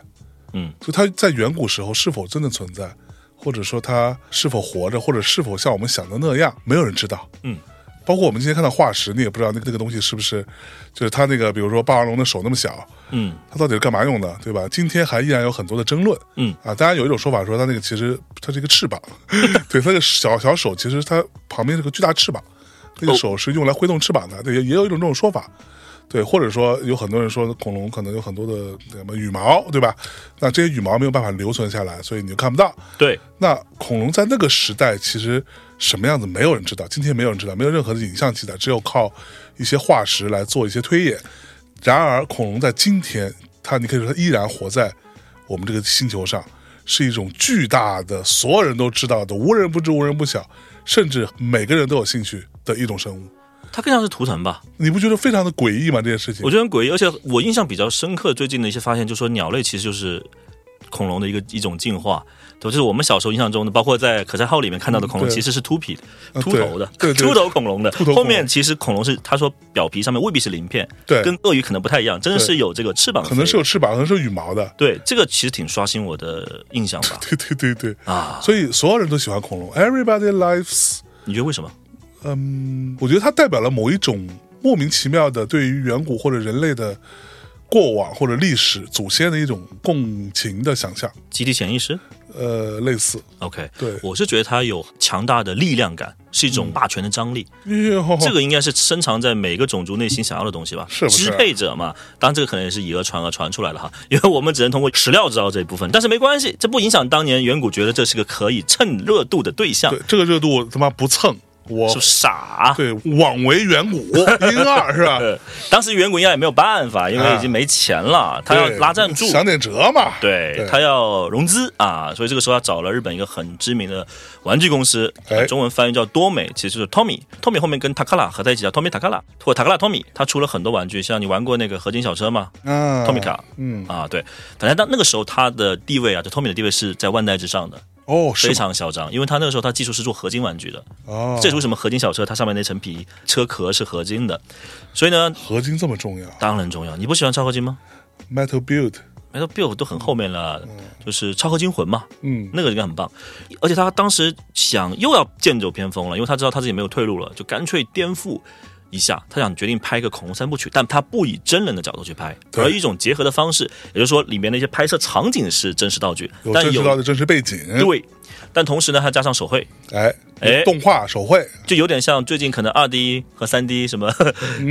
嗯，
就它在远古时候是否真的存在，或者说它是否活着，或者是否像我们想的那样，没有人知道。
嗯，
包括我们今天看到化石，你也不知道那个那个东西是不是，就是它那个，比如说霸王龙的手那么小，
嗯，
它到底是干嘛用的，对吧？今天还依然有很多的争论。
嗯
啊，当然有一种说法说它那个其实它是一个翅膀， 对，它那个小小手其实它旁边是个巨大翅膀，那个
哦
手是用来挥动翅膀的，对，也也有一种这种说法。对，或者说有很多人说恐龙可能有很多的什么羽毛，对吧？那这些羽毛没有办法留存下来，所以你就看不到。
对，
那恐龙在那个时代其实什么样子没有人知道，今天没有人知道，没有任何的影像记载，只有靠一些化石来做一些推演。然而，恐龙在今天，它你可以说它依然活在我们这个星球上，是一种巨大的、所有人都知道的、无人不知、无人不晓，甚至每个人都有兴趣的一种生物。
它更像是图腾吧？
你不觉得非常的诡异吗？这件事情
我，觉得很诡异，而且我印象比较深刻，最近的一些发现，就说鸟类其实就是恐龙的一个一种进化。对，就是我们小时候印象中的，包括在《可赛号》里面看到的恐龙，
对
其实是秃皮、
啊
秃
嗯对
头的、
对对
秃头恐龙的。
秃头恐龙
后面其实恐龙是他说表皮上面未必是鳞片，
对
跟鳄鱼可能不太一样，真的
对
是有这个翅膀，
可能是有。翅膀，可能是有羽毛的。
对，这个其实挺刷新我的印象吧。
对对对对，
啊，
所以所有人都喜欢恐龙，Everybody loves
你觉得为什么？
嗯，我觉得它代表了某一种莫名其妙的对于远古或者人类的过往或者历史祖先的一种共情的想象，
集体潜意识
呃，类似。
？OK，
对嗯
我是觉得它有强大的力量感，是一种霸权的张力。
哟
这个应该是深藏在每个种族内心想要的东西吧？
哦是不是
支配者嘛？当然，这个可能也是以讹传讹呃传出来的哈， 因为我们只能通过史料知道这一部分，但是没关系，这不影响当年远古觉得这是个可以蹭热度的对象
对， 这个热度他妈不蹭我
是不，是傻？
对，枉为远古英 二是吧？
呃，当时远古应该也没有办法，因为已经没钱了，他要
啊对
拉赞助。
想点辙嘛。
对
对
他要融资啊，所以这个时候他找了日本一个很知名的玩具公司，
哎
中文翻译叫多美，其实就是 Tommy。Tommy 后面跟 Takara 合在一起叫 Tommy Takara 或 Takara Tommy，他出了很多玩具，像你玩过那个合金小车吗？
啊
Tomica
嗯，
啊，对，反正当那个时候他的地位啊，就 Tommy 的地位是在万代之上的，
哦，是
非
吗
常嚣张，因为他那个时候他技术是做合金玩具的，
哦，
这是为什么合金小车它上面那层皮车壳是合金的，所以呢，
合金这么重要
当然重要。你不喜欢超合金吗
，Metal Build，
？Metal Build 都很后面了，就是超合金魂嘛，
嗯，
那个应该很棒。而且他当时想又要剑走偏锋了，因为他知道他自己没有退路了，就干脆颠覆一下。他想决定拍一个恐龙三部曲，但他不以真人的角度去拍，
对
而一种结合的方式，也就是说里面的一些拍摄场景是真实道具，
有
但
真实到的真实背景，
对，但同时呢，还加上手绘，
哎，
哎
动画手绘，
就有点像最近可能二 D 和三 D 什么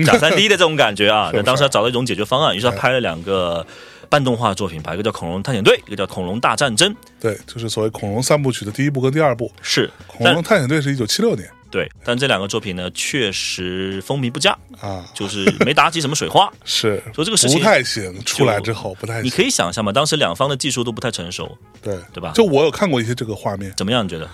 假三 D 的这种感觉啊。
嗯 是不
那
是
当时他找到一种解决方案，于是他
哎
拍了两个半动画作品吧，一个叫《恐龙探险队》，一个叫《恐龙大战争》。
对，就是所谓恐龙三部曲的第一部跟第二部，
是，
恐
但
龙探险队是一九七六年
对，但这两个作品呢，确实风评不佳，
啊，
就是没打起什么水 花。
是
说这个事情
不太行，出来之后不太
你
行，
可以想象嘛，当时两方的技术都不太成熟，
对
对吧
就我有看过一些这个画面，
怎么样？你觉得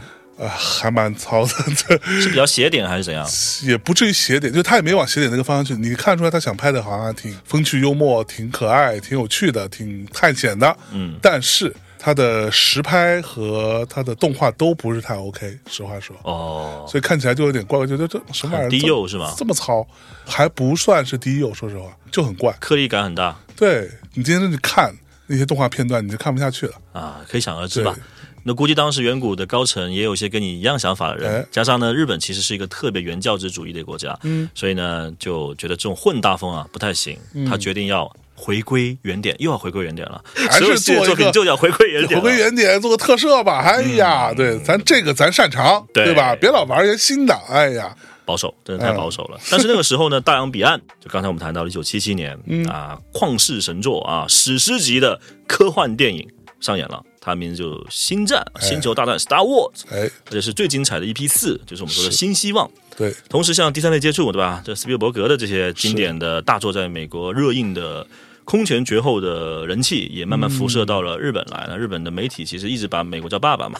啊，还蛮糙的，这
是比较斜点还是怎 样？
也不至于斜点，就他也没往斜点那个方向去。你看出来他想拍的好像挺风趣幽默、挺可爱、挺有趣的、挺探险的，
嗯，
但是他的实拍和他的动画都不是太 OK，实话说。
哦，
所以看起来就有点怪怪，就就这什么玩意
很
儿？
低
这么
幼是吧
这么糙，还不算是低幼，说实话就很怪。
颗粒感很大
对你今天去看那些动画片段，你就看不下去了。
啊，可以想而知吧
对。
那估计当时远古的高层也有一些跟你一样想法的人
哎，
加上呢，日本其实是一个特别原教旨主义的国家，嗯，所以呢就觉得这种混大风啊不太行，
嗯
他决定要回归原点，又要回归原点了，
还是
所有系列
做一
作品
个
就叫回归原点
回
了，
归原点，做个特摄吧。哎呀，对，咱这个咱擅长，
嗯对
对吧？别老玩一些新的。哎呀，
保守，真的太保守了。但是那个时候呢，大洋彼岸， 就刚才我们谈到了一九七七年、啊，旷世神作啊，史诗级的科幻电影上演了，它名字就《星战》《星球大战》（Star Wars），
哎，
而且是最精彩的一 p 四，就是我们说的新希望。
对，
同时，像第三类接触，对吧？这斯皮尔伯格的这些经典的大作，在美国热映的。空前绝后的人气也慢慢辐射到了日本来了。日本的媒体其实一直把美国叫爸爸嘛，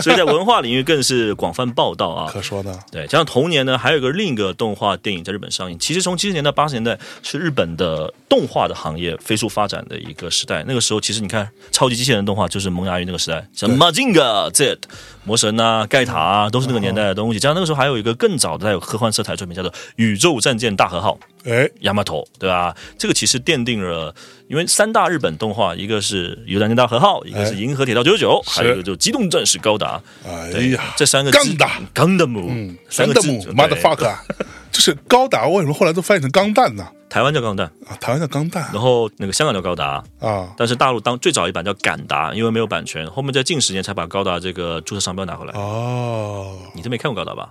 所以在文化领域更是广泛报道啊。
可说呢。
对，加上同年呢，还有一个另一个动画电影在日本上映。其实从七十年代、八十年代是日本的动画的行业飞速发展的一个时代。那个时候，其实你看超级机器人动画就是萌芽于那个时代，像《Mazinga Z》、魔神啊、盖塔啊，都是那个年代的东西。加上那个时候还有一个更早的带有科幻色彩的作品，叫做《宇宙战舰大和号》。
哎，
亚马头，对吧？这个其实奠定了，因为三大日本动画，一个是《游览舰大和号》，一个是《银河铁道九九九》，
是
还有一个就是《机动战士高达》。
哎
对
呀，
这三个
钢达
钢的姆，
嗯，
三
神
个
的
字
母
对
motherfucker，啊 就是高达为什么后来都翻译成钢弹呢？
台湾叫钢弹，
啊，台湾叫钢弹
然后那个香港叫高达，
啊
但是大陆当最早一版叫敢达，因为没有版权，后面在近十年才把高达这个注册商标拿回来。
哦，
你都没看过高达吧
啊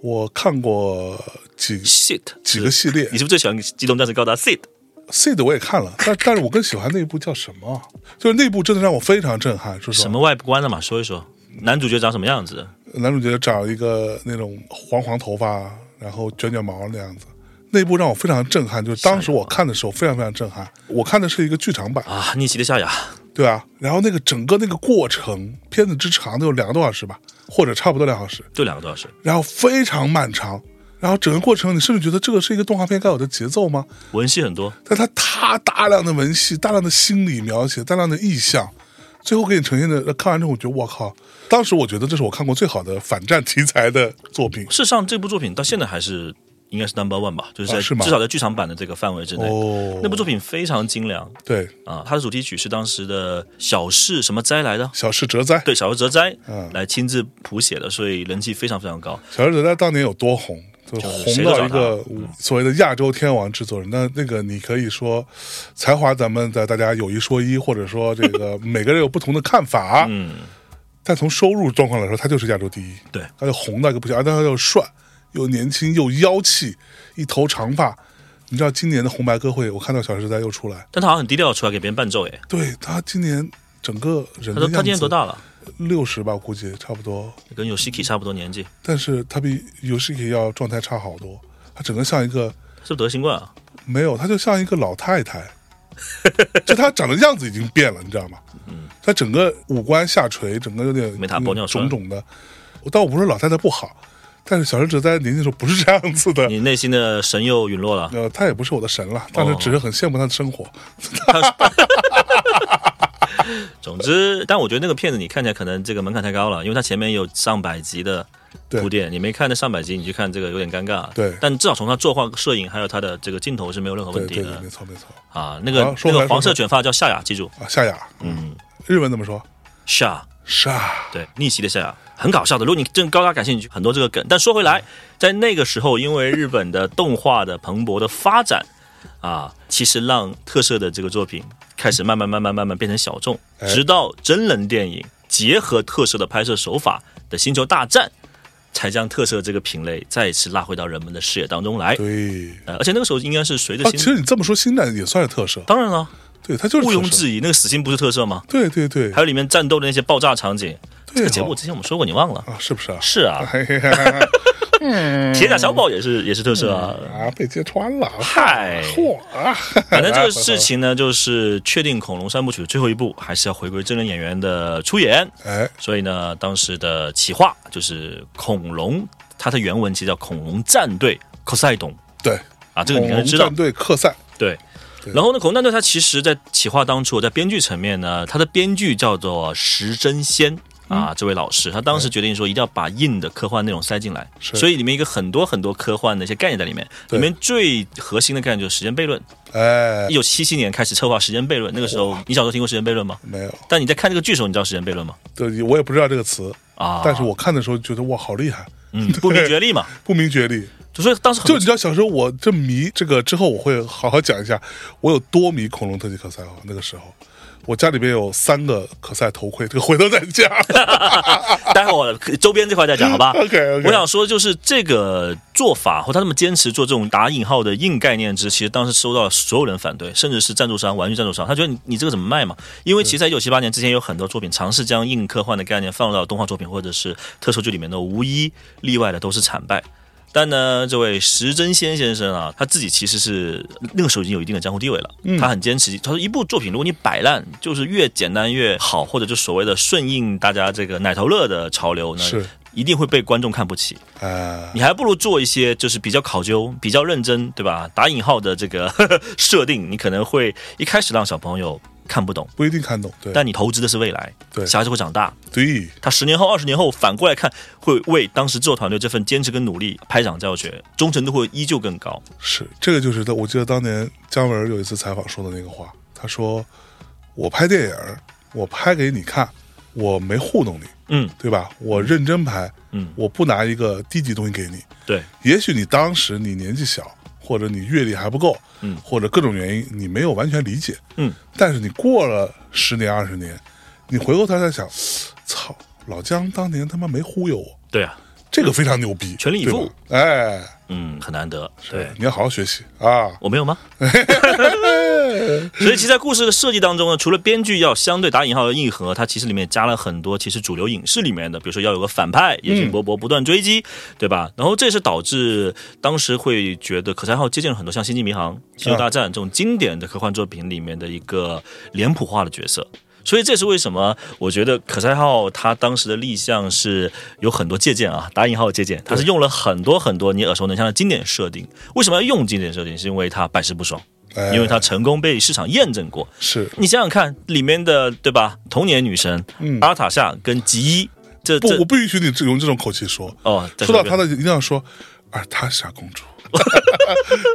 我看过几
？shit，
几个系列
你是不是最喜欢机动战士高达 shit？
，C 的我也看了，但但是我更喜欢那一部叫什么？就是那部真的让我非常震撼，说实
什
话，
么外观的嘛？说一说，男主角长什么样子？
男主角长一个那种黄黄头发，然后卷卷毛那样子。那部让我非常震撼，就是当时我看的时候非常非常震撼。我看的是一个剧场版，
啊，逆袭的夏亚，
对啊，然后那个整个那个过程，片子之长都有两个多小时吧，或者差不多两小时，
就两个多小时。
然后非常漫长，然后整个过程你甚至觉得这个是一个动画片该有的节奏吗？
文戏很多，
但它大大量的文戏、大量的心理描写、大量的意象，最后给你呈现的，看完之后我觉得我靠，当时我觉得这是我看过最好的反战题材的作品。
事实上，这部作品到现在还是应该是 number one 吧，就是在、
啊是吗
至少在剧场版的这个范围之内。
哦
那部作品非常精良
对，
啊，它的主题曲是当时的小市什么灾来的？
小室哲哉，
对，小市哲哉
嗯
来亲自谱写的，所以人气非常非常高。
小室哲哉当年有多红？就
谁
红
都
到
找嗯
一个所谓的亚洲天王制作人，那那个你可以说，才华咱们的大家有一说一，或者说这个每个人有不同的看法，
嗯，
但从收入状况来说，他就是亚洲第一，
对
他就红到一个不行，而啊且他又帅，又年轻，又妖气，一头长发。你知道今年的红白歌会，我看到小时代又出来，
但他好像很低调出来给别人伴奏，哎，
对他今年整个人
他说
的
他今年多？大了？
六十吧，估计差不多。
跟 Yoshiki 差不多年纪，
但是他比 Yoshiki 要状态差好多，他整个像一个
是不是得新冠啊？
没有，他就像一个老太太， 就他长的样子已经变了，你知道吗？他整个五官下垂，整个有点
没打玻尿酸
肿肿的。我但我不是说老太太不好，但是小石哲在年轻的时候不是这样子的。。
你哦内心的神又陨落了
呃，他也不是我的神了，但是只是很羡慕他的生活。
总之，但我觉得那个片子你看起来可能这个门槛太高了，因为它前面有上百集的
对
铺垫，你没看那上百集，你去看这个有点尴尬。
对
但至少从它作画、摄影还有它的这个镜头是没有任何
对
问题
对
的
对，没错没错
啊。那个
好说
那
回来
个黄色
说回来
卷发叫夏雅，记住，
啊，夏雅，
嗯，
日文怎么说？
夏，
夏，
对，逆袭的夏雅，很搞笑的。如果你真高大感兴趣，很多这个梗。但说回来，在那个时候，因为日本的动画的蓬勃的发展啊，其实让特摄的这个作品开始慢慢慢慢慢慢变成小众，
哎
直到真人电影结合特摄的拍摄手法的《星球大战》，才将特摄这个品类再次拉回到人们的视野当中来。
对啊
呃，而且那个时候应该是随着
啊，其
新，
实你这么说，星战也算是特摄，
当然了，
对，它就是
毋庸
特摄
置疑，那个死星不是特摄吗？
对对对，
还有里面战斗的那些爆炸场景，这
对
个
哦
节目之前我们说过，你忘了？
啊，是不是啊？
是啊，
嘿嘿嘿嘿嘿
铁甲小宝也是也是特摄啊。
啊，被揭穿了，
嗨，
嚯啊！
反正这个事情呢，就是确定恐龙三部曲的最后一部还是要回归真人演员的出演，
哎，
所以呢，当时的企划就是恐龙，它的原文其实叫恐龙战队 Poseidon
对，
啊，这个你应
恐
该
龙
知道
战。队克赛，
对。然后呢，恐龙战队它其实，在企划当初，在编剧层面呢，它的编剧叫做石真仙
嗯
啊，这位老师，他
哎
当时决定说，一定要把硬的科幻内容塞进来，
是
所以里面一个很多很多科幻的一些概念在里面。
对
里面最核心的概念就是时间悖论。
哎
一，九七七年开始策划时间悖论，那个时候你小时候听过时间悖论吗？
没有，
但你在看这个剧的时候，你知道时间悖论吗？
对，我也不知道这个词，
啊，
但是我看的时候觉得哇，好厉害，
嗯，不 明觉厉嘛，
不明觉厉。
就所以当时很
就你知道，小时候我这迷这个之后，我会好好讲一下我有多迷恐龙特技可赛哦。那个时候，我家里边有三个可赛头盔，这个回头再讲。
待会儿周边这块再讲，好吧
OK，OK
我想说，就是这个做法和他这么坚持做这种打引号的硬概念之，其实当时收到了所有人反对，甚至是赞助商、玩具赞助商，他觉得你你这个怎么卖嘛？因为其实在一九七八年之前，有很多作品尝试将硬科幻的概念放到动画作品或者是特摄剧里面的，无一例外的都是惨败。但呢，这位石真仙先生啊，他自己其实是那个时候已经有一定的江湖地位了。
嗯
他很坚持，他说一部作品如果你摆烂，就是越简单越好，或者就所谓的顺应大家这个奶头乐的潮流呢，
是
一定会被观众看不起。
啊，
你还不如做一些就是比较考究、比较认真，对吧？打引号的这个 设定，你可能会一开始让小朋友看不懂，
不一定看懂，对，
但你投资的是未来，
对
小孩子会长大，
对，
他十年后、二十年后反过来看，会为当时制作团队这份坚持跟努力拍掌叫绝，忠诚度会依旧更高。
是这个就是我记得当年姜文有一次采访说的那个话，他说：“我拍电影儿，我拍给你看，我没糊弄你，
嗯，
对吧？我认真拍，
嗯
我不拿一个低级东西给你。
对，
也许你当时你年纪小，或者你阅历还不够，
嗯
或者各种原因你没有完全理解，
嗯，
但是你过了十年二十年，你回过头来想，操，老姜当年他妈没忽悠我，
对啊，
这个非常牛逼，
全力以
对吧
赴，
哎，
嗯，很难得。对，
你要好好学习啊。”
我没有吗？所以，其实，在故事的设计当中呢，除了编剧要相对打引号的硬核，它其实里面加了很多其实主流影视里面的，比如说要有个反派，野心勃勃，不断追击，对吧？然后这也是导致当时会觉得可赛号借鉴了很多像《星际迷航》《星球大战》这种经典的科幻作品里面的一个脸谱化的角色。所以这是为什么？我觉得可赛号他当时的立项是有很多借鉴啊，打引号的借鉴，他是用了很多很多你耳熟能详的经典设定。为什么要用经典设定？是因为它百试不爽，
哎
因为它成功被市场验证过。
是
你想想看，里面的对吧？童年女神、阿尔塔夏跟吉伊，这
嗯不
这，
我不允许你只用这种口气说。
哦，再
说到
一遍
她的，一定要说啊尔塔莎公主，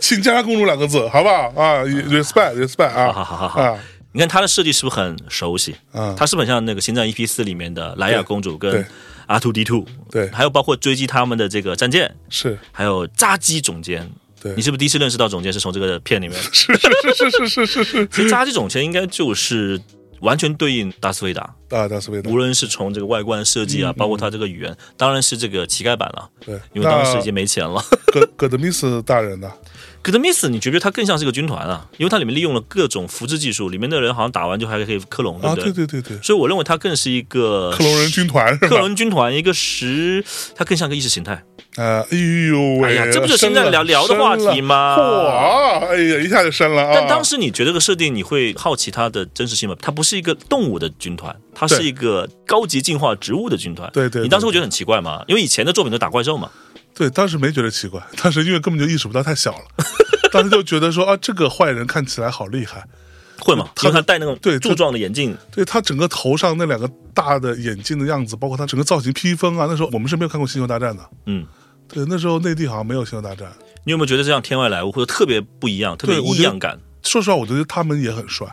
请加上“公主”两个字，好不好啊？respect respect 啊！
好好好好
啊！
你看它的设计是不是很熟悉？
嗯
它是不是很像那个《星战一 E P 四》里面的莱雅公主
对
跟
对
R two D two？
对
还有包括追击他们的这个战舰，
是
还有扎基总监。
对
你是不是第一次认识到总监是从这个片里面？
是是是是是是是
其实扎基总监应该就是完全对应达斯维达，
啊！达斯维达
无，论是从这个外观设计啊，包括他这个语言，当然是这个乞丐版了，
对，
因为当时已经
嗯那
没钱了。
葛葛德密斯大人呢？
可德密斯，你觉不觉得它更像是个军团啊？因为它里面利用了各种复制技术，里面的人好像打完就还可以克隆，对
啊，
不
对对对对，
所以我认为它更是一个
克隆人军团是
克
吧？
隆军团，一个十，它更像个意识形态。
啊，哎呦
哎
喂
呀，这不就现在聊聊的话题？吗？
深了深了哇，哎呀，一下就深了啊！
但当时你觉得这个设定，你会好奇它的真实性吗？它不是一个动物的军团，它是
对
一个高级进化植物的军团。
对对对
你当时会觉得很奇怪吗？因为以前的作品都打怪兽嘛。
对，当时没觉得奇怪， 当时因为根本就意识不到太小了，当时就觉得说啊，这个坏人看起来好厉害，
会吗？
他
因为他戴那种
对他
柱状的眼镜，
对他整个头上那两个大的眼镜的样子，包括他整个造型披风啊，那时候我们是没有看过《星球大战》的。
嗯，
对，那时候内地好像没有《星球大战》。
你有没有觉得这样天外来物或者特别不一样，特别
对我
异
觉得
样感？
说实话，我觉得他们也很帅，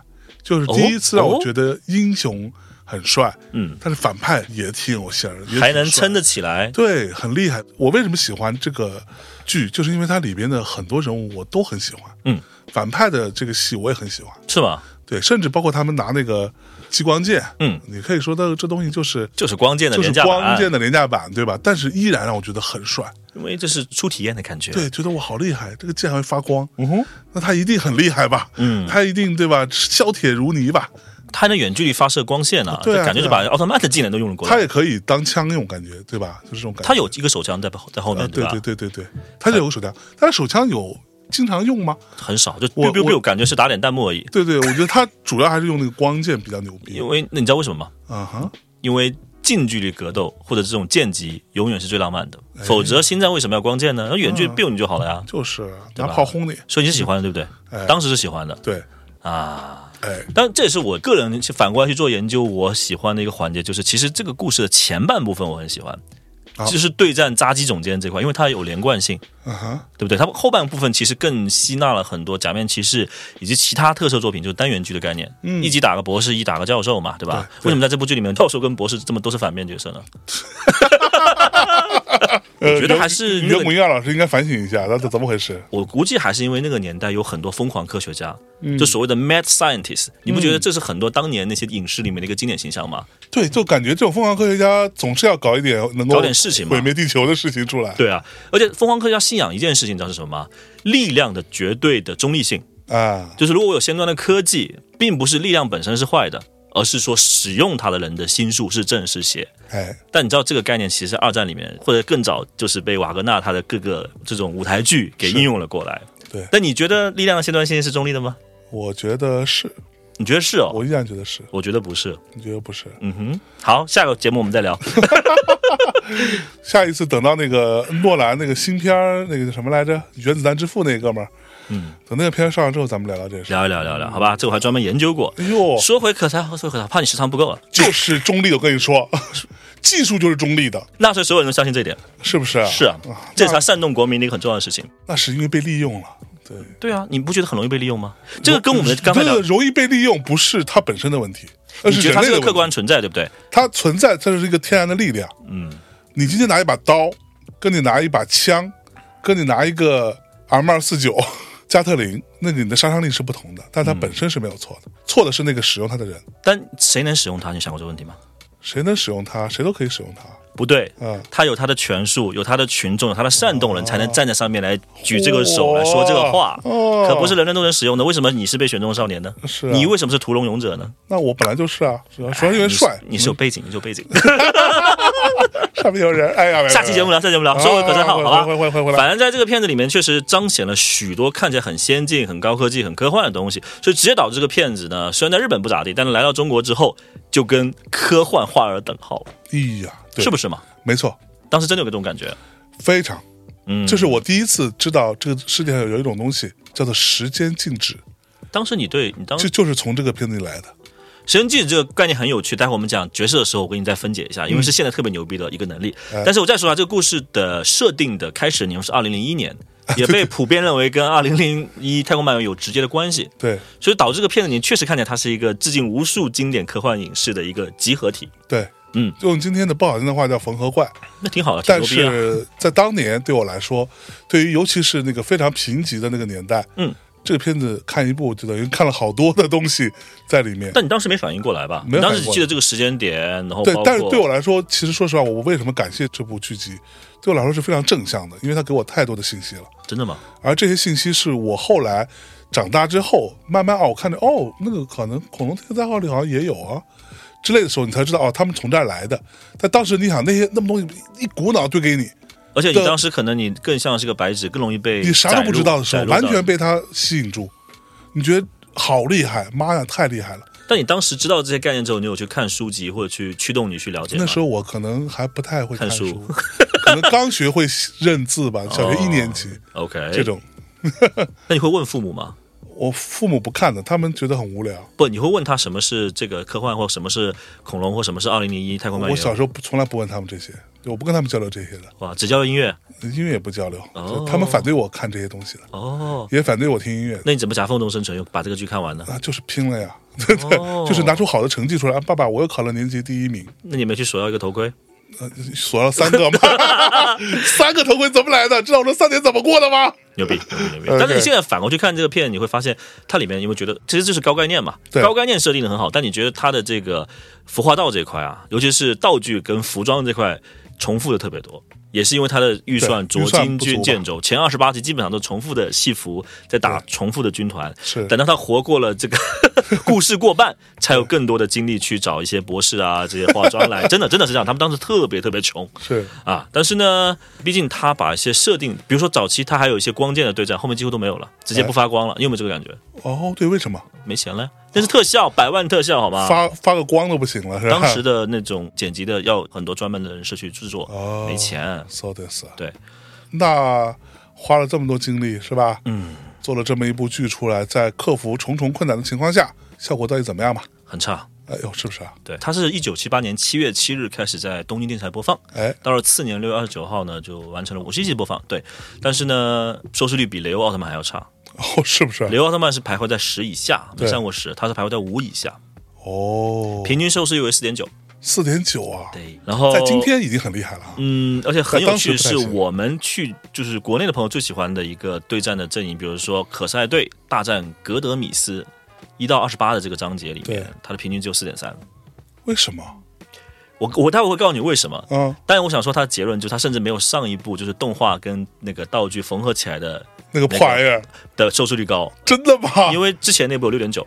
就是
哦
第一次让我
哦
觉得英雄很帅，
嗯，
但是反派也挺有型儿，也挺
还能
帅
撑得起来。
对，很厉害。我为什么喜欢这个剧，就是因为它里边的很多人物我都很喜欢。
嗯，
反派的这个戏我也很喜欢。
是吧？
对，甚至包括他们拿那个激光剑，
嗯，
你可以说到这东西就是
就是光剑的
就是
廉价版，
光剑的廉价版，对吧？但是依然让我觉得很帅，
因为这是初体验的感觉。
对，觉得我好厉害，这个剑还会发光，嗯哼，那他一定很厉害吧？
嗯
他一定对吧？削铁如泥吧？
它还能远距离发射光线啊，
对啊
就感觉就
对啊
把奥特曼的技能都用了过
他
来。
也可以当枪用，感觉对吧？就是这种感觉。
他有一个手枪在在后
啊，
面，
对
吧
对？对对对，他就有个手枪，但是手枪有经常用吗？
很少，就
我
biu biu
我
biu，感觉是打脸弹幕而已。
对对，我觉得他主要还是用那个光剑比较牛逼
因。为那你知道为什么吗？
啊哈，
因为近距离格斗或者这种剑击永远是最浪漫的，
哎
否则星战为什么要光剑呢？那远
嗯
距离 biu 你就好了呀。
就是拿
对吧
炮轰你。
所以你是喜欢的，对不
哎
对？当时是喜欢的
对，
啊。
哎，
但这也是我个人去反过来去做研究，我喜欢的一个环节就是，其实这个故事的前半部分我很喜欢，
啊
就是对战扎基总监这块，因为它有连贯性。
啊哈，
对不对？它后半部分其实更吸纳了很多假面骑士以及其他特摄作品，就是单元剧的概念。
嗯
一集打个博士，一打个教授嘛，对吧？
对对
为什么在这部剧里面，教授跟博士这么都是反面角色呢？
我
觉得还是那
袁
个
国亚老师应该反省一下，那这怎么回事？
我估计还是因为那个年代有很多疯狂科学家，
嗯
就所谓的 mad scientist。你不觉得这是很多当年那些影视里面的一个经典形象吗？
对，就感觉这种疯狂科学家总是要搞一点能够
搞点事情嘛
毁灭地球的事情出来。
对啊，而且疯狂科学家信仰一件事情，你知道是什么吗？力量的绝对的中立性。
啊，
就是如果我有先端的科技，并不是力量本身是坏的，而是说使用它的人的心术是正是邪。
哎，
但你知道这个概念其实二战里面或者更早就是被瓦格纳他的各个这种舞台剧给应用了过来。
对
但你觉得力量的先端性是中立的吗？
我觉得是，
你觉得是哦？我
我依然觉得是，
觉得不是。
你觉得不是？
嗯哼，好，下个节目我们再聊。
下一次等到那个诺兰那个新片儿，那个叫什么来着，《原子弹之父》那哥们儿，嗯，等那个片儿上完之后，咱们聊聊这事。
聊一聊，聊一聊，好吧？这我还专门研究过。
哎呦，
说回可谈，说回可谈，怕你时长不够了。
就是中立的，我跟 你说，技术就是中立的，
纳粹所有人都相信这一点，
是不是？
是啊，这是他煽动国民的一个很重要的事情。
那是因为被利用了。对，
对啊，你不觉得很容易被利用吗？这个跟我们的刚才
这
聊
个，容易被利用，不是它本身的问题，而
你
是
觉得
人
它
类
是个
的问题
客观存在，对不对？
它存在，它是一个天然的力量。嗯，你今天拿一把刀，跟你拿一把枪，跟你拿一个 M 二四九 加特林，那你的杀伤力是不同的，但它本身是没有
嗯
错的，错的是那个使用它的人，
但谁能使用它？你想过这个问题吗？
谁能使用它，谁都可以使用它。
不对，
嗯
他有他的权术，有他的群众，有他的煽动人，才能站在上面来举这个手来说这个话，
哦
可不是人人都能使用的。为什么你是被选中的少年呢？
是啊
你为什么是屠龙勇者呢？哎
那我本来就是啊，主要主要是因为帅，
你是有背景，你是有背景。
上面有人。哎 呀，
下期节目
了，
聊，下期节目聊，
啊
收回可真号，
回
好吧？
回回回回来
反正在这个片子里面，确实彰显了许多看起来很先进、很高科技、很科幻的东西，所以直接导致这个片子呢，虽然在日本不咋地，但是来到中国之后，就跟科幻画了等号，
哎呀，对
是不是嘛？
没错，
当时真的有个这种感觉，
非常。
嗯，
这是我第一次知道这个世界上有一种东西叫做时间静止，
当时你对你当
这
时
就是从这个片子里来的。
时间静止这个概念很有趣，待会我们讲角色的时候，我给你再分解一下，
嗯
因为是现在特别牛逼的一个能力。
哎
但是我再说啊，这个故事的设定的开始年是二零零一 年，也被普遍认为跟二零零一《太空漫游》有直接的关系，
对
所以导致这个片子你确实看起来它是一个致敬无数经典科幻影视的一个集合体，
对，
嗯，
用今天的不好听的话叫缝合怪，
那挺好的，挺
但
牛逼啊。
是在当年对我来说，对于尤其是那个非常贫瘠的那个年代，
嗯，
这个片子看一部就等于看了好多的东西在里面。
但你当时没反应过来吧？
没
你
有反
当
应
时只
过来
记得这个时间点，然后
对
包，括
但是对我来说，其实说实话，我为什么感谢这部剧集，对我来说是非常正向的，因为它给我太多的信息了。
真的吗？
而这些信息是我后来长大之后慢慢哦，我看着哦，那个可能恐龙特代号里好像也有啊之类的时候，你才知道哦，他们从这儿来的。但当时你想那些那么东西一股脑堆给你，
而且你
对
当时可能你更像是个白纸，更容易被
你啥都不知道的时候，
载入载
完
入到
全被它吸引住，你觉得好厉害，妈呀，太厉害了！
但你当时知道这些概念之后，你有去看书籍或者去驱动你去了解吗？
那时候我可能还不太会看
看书
可能刚学
哦
会认字吧，小学一年级、
OK
这。种。
那你会问父母吗？
我父母不看的，他们觉得很无聊。
不，你会问他什么是这个科幻，或什么是恐龙，或什么是二零零一太空漫
我
游？
小时候不从来不问他们这些，我不跟他们交流这些的，
哇，只教音乐
音乐也不交流，
哦
他们反对我看这些东西的，
哦。
也反对我听音乐的。
那你怎么夹缝中生存，又把这个剧看完呢？
啊，就是拼了呀，对对，
哦
就是拿出好的成绩出来。啊爸爸，我又考了年级第一名，
那你没去索要一个头盔？
呃，锁了三个嘛， 三个头盔怎么来的？知道我这三年怎么过的吗？
牛逼，牛逼，牛逼！
OK
但是你现在反过去看这个片，你会发现它里面有没有觉得，其实这是高概念嘛？
对
高概念设定的很好，但你觉得它的这个服化道这一块啊，尤其是道具跟服装这块重复的特别多，也是因为它的预算
对
捉
预算
襟
不足
见
吧
见肘，前二十八集基本上都重复的戏服在打重复的军团，
是
等到他活过了这个 故事过半，才有更多的精力去找一些博士啊这些化妆 来，真的真的是这样，他们当时特别特别穷，
是
啊，但是呢，毕竟他把一些设定，比如说早期他还有一些光剑的对战，后面几乎都没有了，
哎
直接不发光了。你有没有这个感觉？
哦，对，为什么
没钱了，那是特效，百万特效，好吗？
发发个光都不行了？是吧？
啊当时的那种剪辑的要很多专门的人士去制作，
哦
没钱。
，so this，啊
对，
那花了这么多精力是吧？嗯，做了这么一部剧出来，在克服重重困难的情况下，效果到底怎么样吧？
很差。
哎呦，是不是啊？
对，它是一九七八年七月七日开始在东京电视台播放，
哎，
到了次年六月二十九号呢，就完成了五十一集播放。对，但是呢，收视率比雷欧奥特曼还要差。
哦，是不是啊？
雷欧奥特曼是徘徊在十以下，没
对
上过十，它是徘徊在五以下，
哦，
平均收视率为四点九。
四点九啊，
对，然后
在今天已经很厉害了啊。
嗯，而且很有趣，
当时不太
是
行
我们去就是国内的朋友最喜欢的一个对战的阵营，比如说可赛队大战格德米斯一到二十八的这个章节里
对
面，它的平均只有四点三。
为什么？
我我待会会告诉你为什么，
啊，
但我想说它的结论就是它甚至没有上一部就是动画跟那个道具缝合起来的
那个破玩意儿，
的收视率高，
真的吗？
因为之前那部有六点九，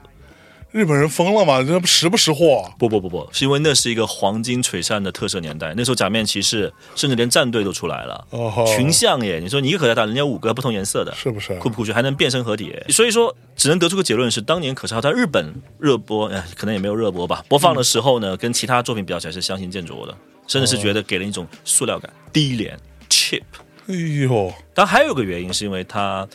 日本人疯了吗？这不识不识货？
不不不不，是因为那是一个黄金璀璨的特色年代，那时候假面骑士甚至连战队都出来了，
哦吼
群像耶，你说你一个口袋大，人家五个不同颜色的，
是不是？
酷不酷炫，还能变身合体。所以说，只能得出个结论是，当年可是号在日本热播，哎，可能也没有热播吧。播放的时候呢，跟其他作品比较起来是相形见绌的，甚至是
哦
觉得给人一种塑料感、低廉、cheap。
哎呦，
当然还有一个原因是因为它。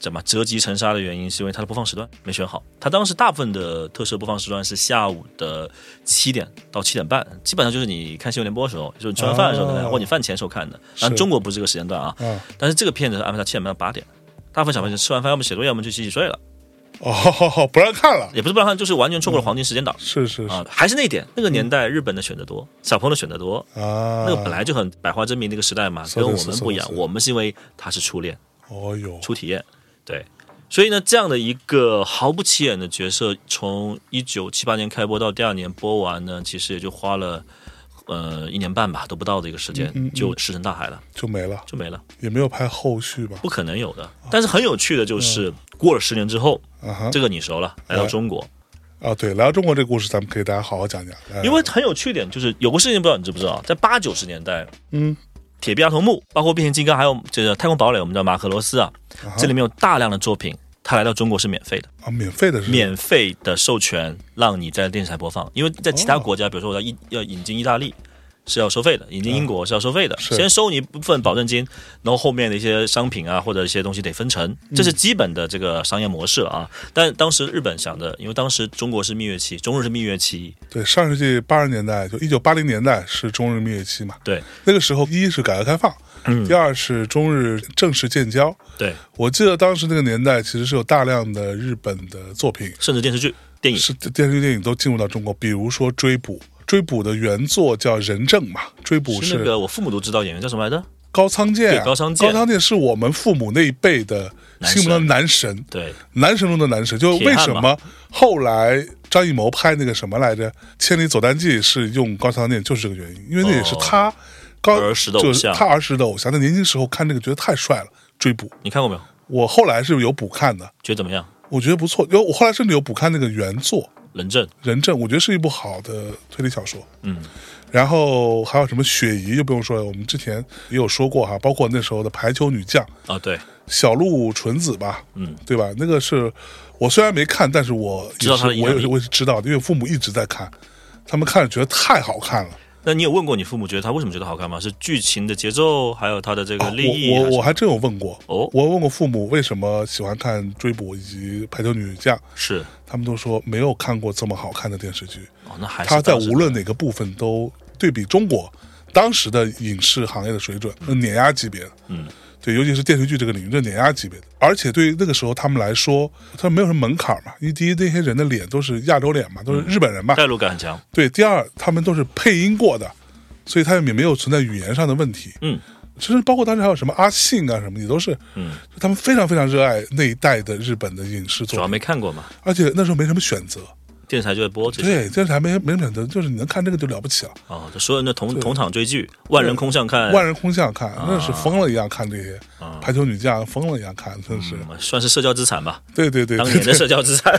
怎么折戟沉沙的原因是因为它的播放时段没选好。它当时大部分的特摄播放时段是下午的七点到七点半，基本上就是你看新闻联播的时候，就是你吃完饭的时候看，
哦
或你饭前时候看的。但
是
中国不是这个时间段啊，
嗯
但是这个片子是安排到七点半到八点，大部分小朋友吃完饭，要么写作业，要么去洗洗睡了，
哦， 不让看了，
也不是不让看，就是完全错过了黄金时间档、
是是是
啊。还是那一点，那个年代日本的选择多，小朋友的选择多，
啊，
那个本来就很百花争鸣那个时代嘛，
是
跟
的
我
是
们
的
不一样
是，的
我们是因为它是初恋。
哦呦，
初体验，对。所以呢，这样的一个毫不起眼的角色，从一九七八年开播到第二年播完呢，其实也就花了呃一年半吧，都不到的一个时
嗯
间，就石沉大海了，
就没了，
就没了，
也没有拍后续吧？
不可能有的。但是很有趣的就是，过了十年之后，
啊哈
这个你熟了，来到
嗯哎
中国，
啊，对，来到中国这个故事，咱们可以大家好好讲讲，哎
因为很有趣点就是有个事情不知道你知不知道，在八九十年代，
嗯，
铁臂阿童木，包括变形金刚，还有这个太空堡垒，我们叫马克罗斯啊，这里面有大量的作品，它来到中国是免费的。
啊，免费的是
免费的授权让你在电视台播放，因为在其他国家，比如说我要一要引进意大利是要收费的，引进英国是要收费的，
啊是
先收你一部分保证金，然后后面的一些商品啊或者一些东西得分成，
嗯
这是基本的这个商业模式了啊。但当时日本想的，因为当时中国是蜜月期，中日是蜜月期，
对，上世纪八十年代，就一九八零年代是中日蜜月期嘛，
对
那个时候一是改革开放，
嗯
第二是中日正式建交。
对，
我记得当时那个年代，其实是有大量的日本的作品
甚至电视剧、电影
是电视剧、电影都进入到中国，比如说《追捕》，《追捕》的原作叫《人证》嘛，《追捕》
是那
是
个我父母都知道演员叫什么来着？
高仓健啊、
对高仓健
高仓健是我们父母那一辈的
男神
心目中的男神，
对，
男神中的男神。就是
铁
为
汉
什
嘛
么后来张艺谋拍那个什么来着，《千里走单记》是用高仓健，就是这个原因，因为那也是
哦
他高
儿时的偶
就是
像
他儿时的偶像。他年轻时候看这个觉得太帅了，《追捕》
你看过没有？
我后来是有补看的，
觉得怎么样？
我觉得不错，因为我后来甚至有补看那个原作。
冷震
《人证》，我觉得是一部好的推理小说。嗯，然后还有什么《雪姨》就不用说了，我们之前也有说过哈、包括那时候的排球女将
啊、对，
小鹿纯子吧，
嗯，
对吧？那个是我虽然没看，但是我也
知道
是
它的影
我
响力
也是我也是知道的，因为父母一直在看，他们看着觉得太好看了。
那你有问过你父母觉得他为什么觉得好看吗？是剧情的节奏，还有他的这个
啊
立意？
我
还
我
是
我还真有问过，
哦
我问过父母为什么喜欢看追捕以及排球女将，
是
他们都说没有看过这么好看的电视剧。
哦，那还是
他在
当时
无论哪个部分都对比中国当时的影视行业的水准，呃碾压级别的。
嗯，
对，尤其是电视剧这个领域，这碾压级别的。而且对于那个时候他们来说，他没有什么门槛嘛。因为第一，那些人的脸都是亚洲脸嘛，都
嗯
是日本人嘛。
代入感很强，
对，第二，他们都是配音过的，所以他们也没有存在语言上的问题。
嗯，
其实包括当时还有什么阿信啊什么，也都是，
嗯，
他们非常非常热爱那一代的日本的影视
主
作
要
品，
没看过嘛，
而且那时候没什么选择，
电视台就在播这些。
对，电视台没没什么选择，就是你能看这个就了不起了，
哦，就所有人的同同场追剧，万人空巷看，
万人空巷看，那是疯了一样看这些
哎啊
排球女将，疯了一样看，真是，
嗯算是社交资产吧，
对对对，
当
对
年的
对
社交资 产。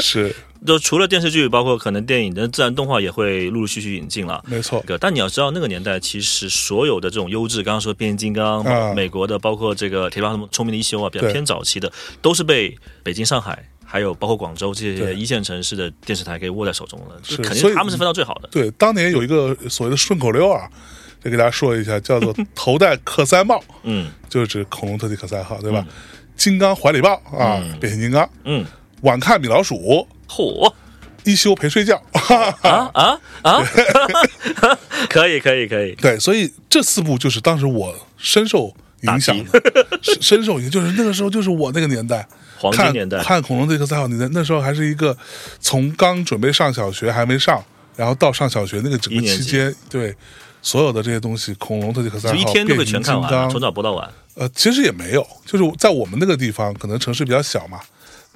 是
就除了电视剧，包括可能电影的自然动画也会陆陆续续引进了。
没 错，
个，但你要知道，那个年代其实所有的这种优质，刚刚说变形金刚，
啊
美国的，包括这个铁达尼聪明的一休啊，比较
对
偏早期的，都是被北京、上海，还有包括广州这些
对
一线城市的电视台给握在手中了，就是肯
所
定
以嗯
他们是分到最好的。
对，当年有一个所谓的顺口溜啊，得给大家说一下，叫 做头戴克塞帽。
嗯
就是指恐龙特技可赛号，对吧？金刚怀里抱啊，变形金刚，
嗯，
晚看米老鼠，
嚯
一休陪睡觉，
啊啊啊！ 可以可以可以，
对，所以这四部就是当时我深受影响的，深深受影，就是那个时候就是我那个年代。
黄金
看
年代
看恐龙特技可赛号，你在那时候还是一个从刚准备上小学还没上，然后到上小学那个整
一
个
年级
期间，对所有的这些东西，恐龙特技可赛
就
号、
一天都可以全看完
变
了，
形金刚
从早播到晚。
呃，其实也没有，就是在我们那个地方，可能城市比较小嘛，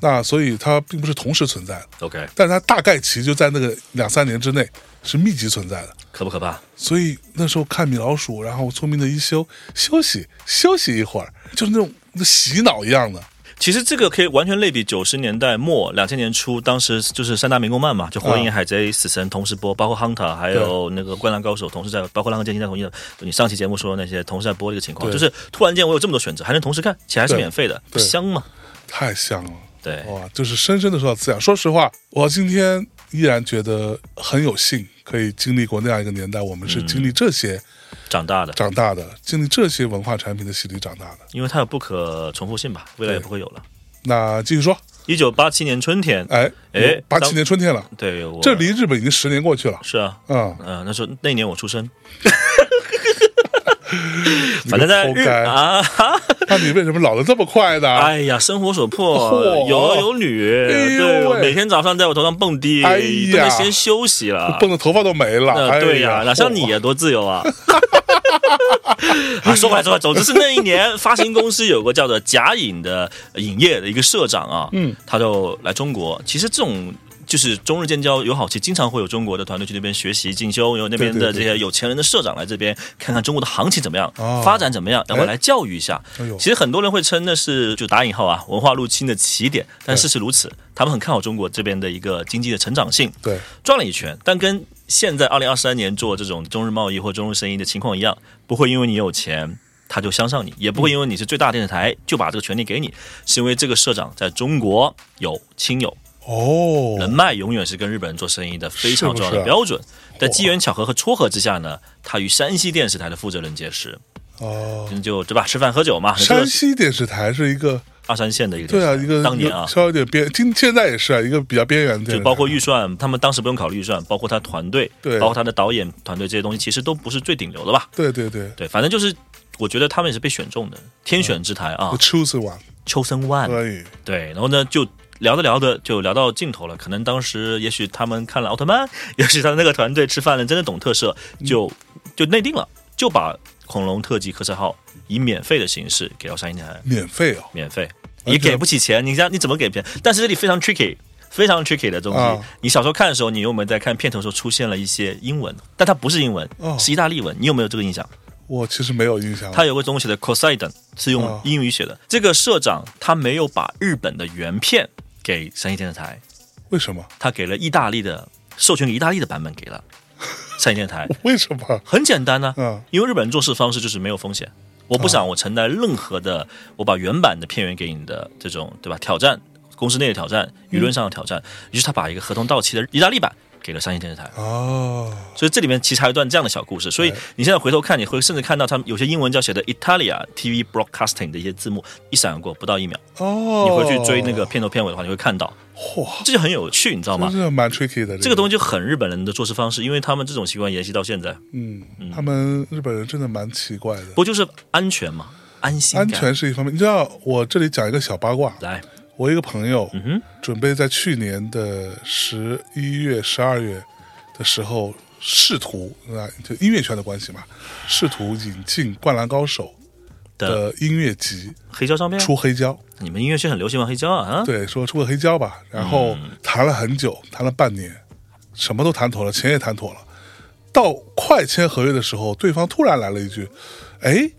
那所以它并不是同时存在的，
OK，
但是它大概其实就在那个两三年之内是密集存在的。
可不可怕？
所以那时候看米老鼠，然后聪明的一休休息休息一会儿，就是那种那洗脑一样的。
其实这个可以完全类比九十年代末、两千年初，当时就是三大民工漫嘛，就《火影》《海贼》《死神》同时播，包括《Hunter》还有那个《灌篮高手》同时在，包括《浪客剑心》在同一的。你上期节目说的那些同时在播这个情况，就
对
是突然间我有这么多选择，还能同时看，且还是
对
免费的，不
对
香吗？
太香了，
对，
哇！就是深深的受到滋养。说实话，我今天依然觉得很有幸，可以经历过那样一个年代，我们是经历这些
长大的，
长大的，经历这些文化产品的洗礼长大的。
因为它有不可重复性吧，未来也不会有了。
那继续说，
一九八七年春天，
哎
哎
八
当
七年春天了，
对， 我
这离日本已经十年过去了。
是啊，
啊、
嗯、那时候那年我出 生，
你
反
个
正在
偷
日
该
啊，
那你为什么老的这么快呢？
哎呀，生活所迫
嚯，
有儿有女，
哎呦
对，我
喂
每天早上在我头上蹦迪，
哎呀
都没时间休息了。
蹦的头发都没了。
呃
哎
对呀，哪像你
嚯
呀，多自由啊！ 啊，说回来说回来，总之是那一年，发行公司有个叫做甲影的影业的一个社长啊，嗯，他就来中国。其实这种就是中日建交友好期，经常会有中国的团队去那边学习进修，有那边的
对对对
这些有钱人的社长来这边看看中国的行情怎么样
哦，
发展怎么样，然后
哎
来教育一下。
哎呦
其实很多人会称那是就打引号啊，文化入侵的起点，但事实如此，他们很看好中国这边的一个经济的成长性。
对，
转了一圈，但跟现在二零二三年做这种中日贸易或中日生意的情况一样，不会因为你有钱他就相上你，也不会因为你是最大的电视台就把这个权利给你，是因为这个社长在中国有亲友，
哦，
人脉永远是跟日本人做生意的非常
是不
重
是啊
要的标准。在机缘巧合和撮合之下呢，他与山西电视台的负责人结识，
哦，
就对吧？吃饭喝酒嘛，这
山
个是
西电视台是一个，
二三线的一个电
对
视
啊，
台
一个
当年啊
有，稍微有点边，今现在也是啊，一个比较边缘的电视
就
台，
包括预算，他们当时不用考虑预算，包括他团队，
对
包括他的导演团队这些东西，其实都不是最顶流的吧？
对对对
对，反正就是我觉得他们也是被选中的天选之台啊
，The，Chosen One，
秋生万
可以，
对，然后呢就。聊着聊着就聊到尽头了，可能当时也许他们看了奥特曼，也许他那个团队吃饭了，真的懂特摄，
嗯
就就内定了，就把恐龙特级客车号以免费的形式给到山西电视台，
免费哦，
免费也
完
给
全
不起钱，你这样你怎么给钱？但是这里非常 tricky，非常 tricky 的东西。
啊
你小时候看的时候，你有没有在看片头的时候出现了一些英文？但它不是英文，
哦
是意大利文，你有没有这个印象？
我其实没有印象，
他有个东西的 Poseidon 是用
哦
英语写的。这个社长他没有把日本的原片给山西电视台，
为什么？
他给了意大利的授权给意大利的版本 给了山西电视台。
为什么？
很简单呢、
嗯
因为日本人做事方式就是没有风险，我不想我承担任何的，我把原版的片源给你的这种对吧挑战，公司内的挑战，舆论上的挑战。于是他把一个合同到期的意大利版给了三星电视台。
哦，
所以这里面其实还有一段这样的小故事。所以你现在回头看，你会甚至看到他们有些英文叫写的 Italia TV Broadcasting 的一些字幕一闪而过，不到一秒。
哦，
你回去追那个片头片尾的话，你会看到，
嚯，
这就很有趣，你知道吗
真？是蛮 tricky 的
这个东西就很日本人的做事方式，因为他们这种习惯沿袭到现在。
嗯，他们日本人真的蛮奇怪的。
不就是安全嘛，安心
安
感。
全是一方面，你知道我这里讲一个小八卦。
来，
我一个朋友，
哼
准备在去年的十一月、十二月的时候，试图啊，就音乐圈的关系嘛，试图引进《灌篮高手》
的
的音乐集，
黑胶唱片，
出黑胶，
你们音乐圈很流行玩黑胶啊？啊，
对，说出个黑胶吧，然后谈了很久，谈了半年，什么都谈妥了，钱也谈妥了，到快签合约的时候，对方突然来了一句：“哎，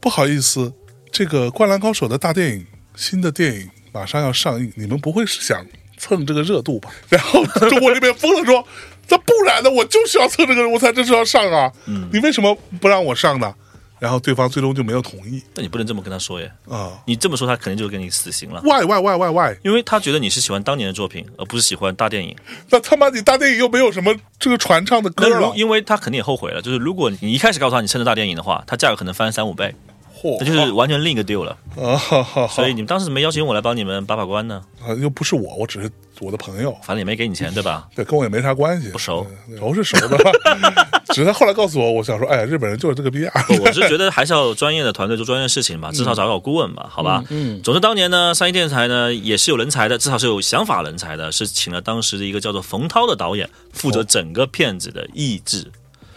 不好意思，这个《灌篮高手》的大电影，新的电影马上要上映，你们不会是想蹭这个热度吧？” 然后中国这边疯了，说：“那不然呢？我就是要蹭这个，我才真是要上啊！你为什么不让我上呢？”然后对方最终就没有同意
但你不能这么跟他说耶，
啊、
你这么说他肯定就跟你死刑了。
喂喂喂喂喂！
因为他觉得你是喜欢当年的作品，而不是喜欢大电影。
那他妈你大电影又没有什么这个传唱的歌
那
了
如，因为他肯定也后悔了，就是如果你一开始告诉他你趁着大电影的话，他价格可能翻三五倍，
嚯，
那就是完全另一个 deal 了。
啊，哈哈哈
所以你们当时没邀请我来帮你们把把关呢，
啊又不是我，我只是我的朋友，
反正也没给你钱，对吧？
对，跟我也没啥关系，不
熟，
熟是熟 的，只是他后来告诉我，我想说，哎呀，日本人就是这个逼样，哦
不我是觉得还是要有专业的团队做专业的事情吧，至少找找顾问吧，好吧。嗯，总之当年呢，三一电视台呢也是有人才的，至少是有想法人才的，是请了当时的一个叫做冯涛的导演，负责整个片子的译制。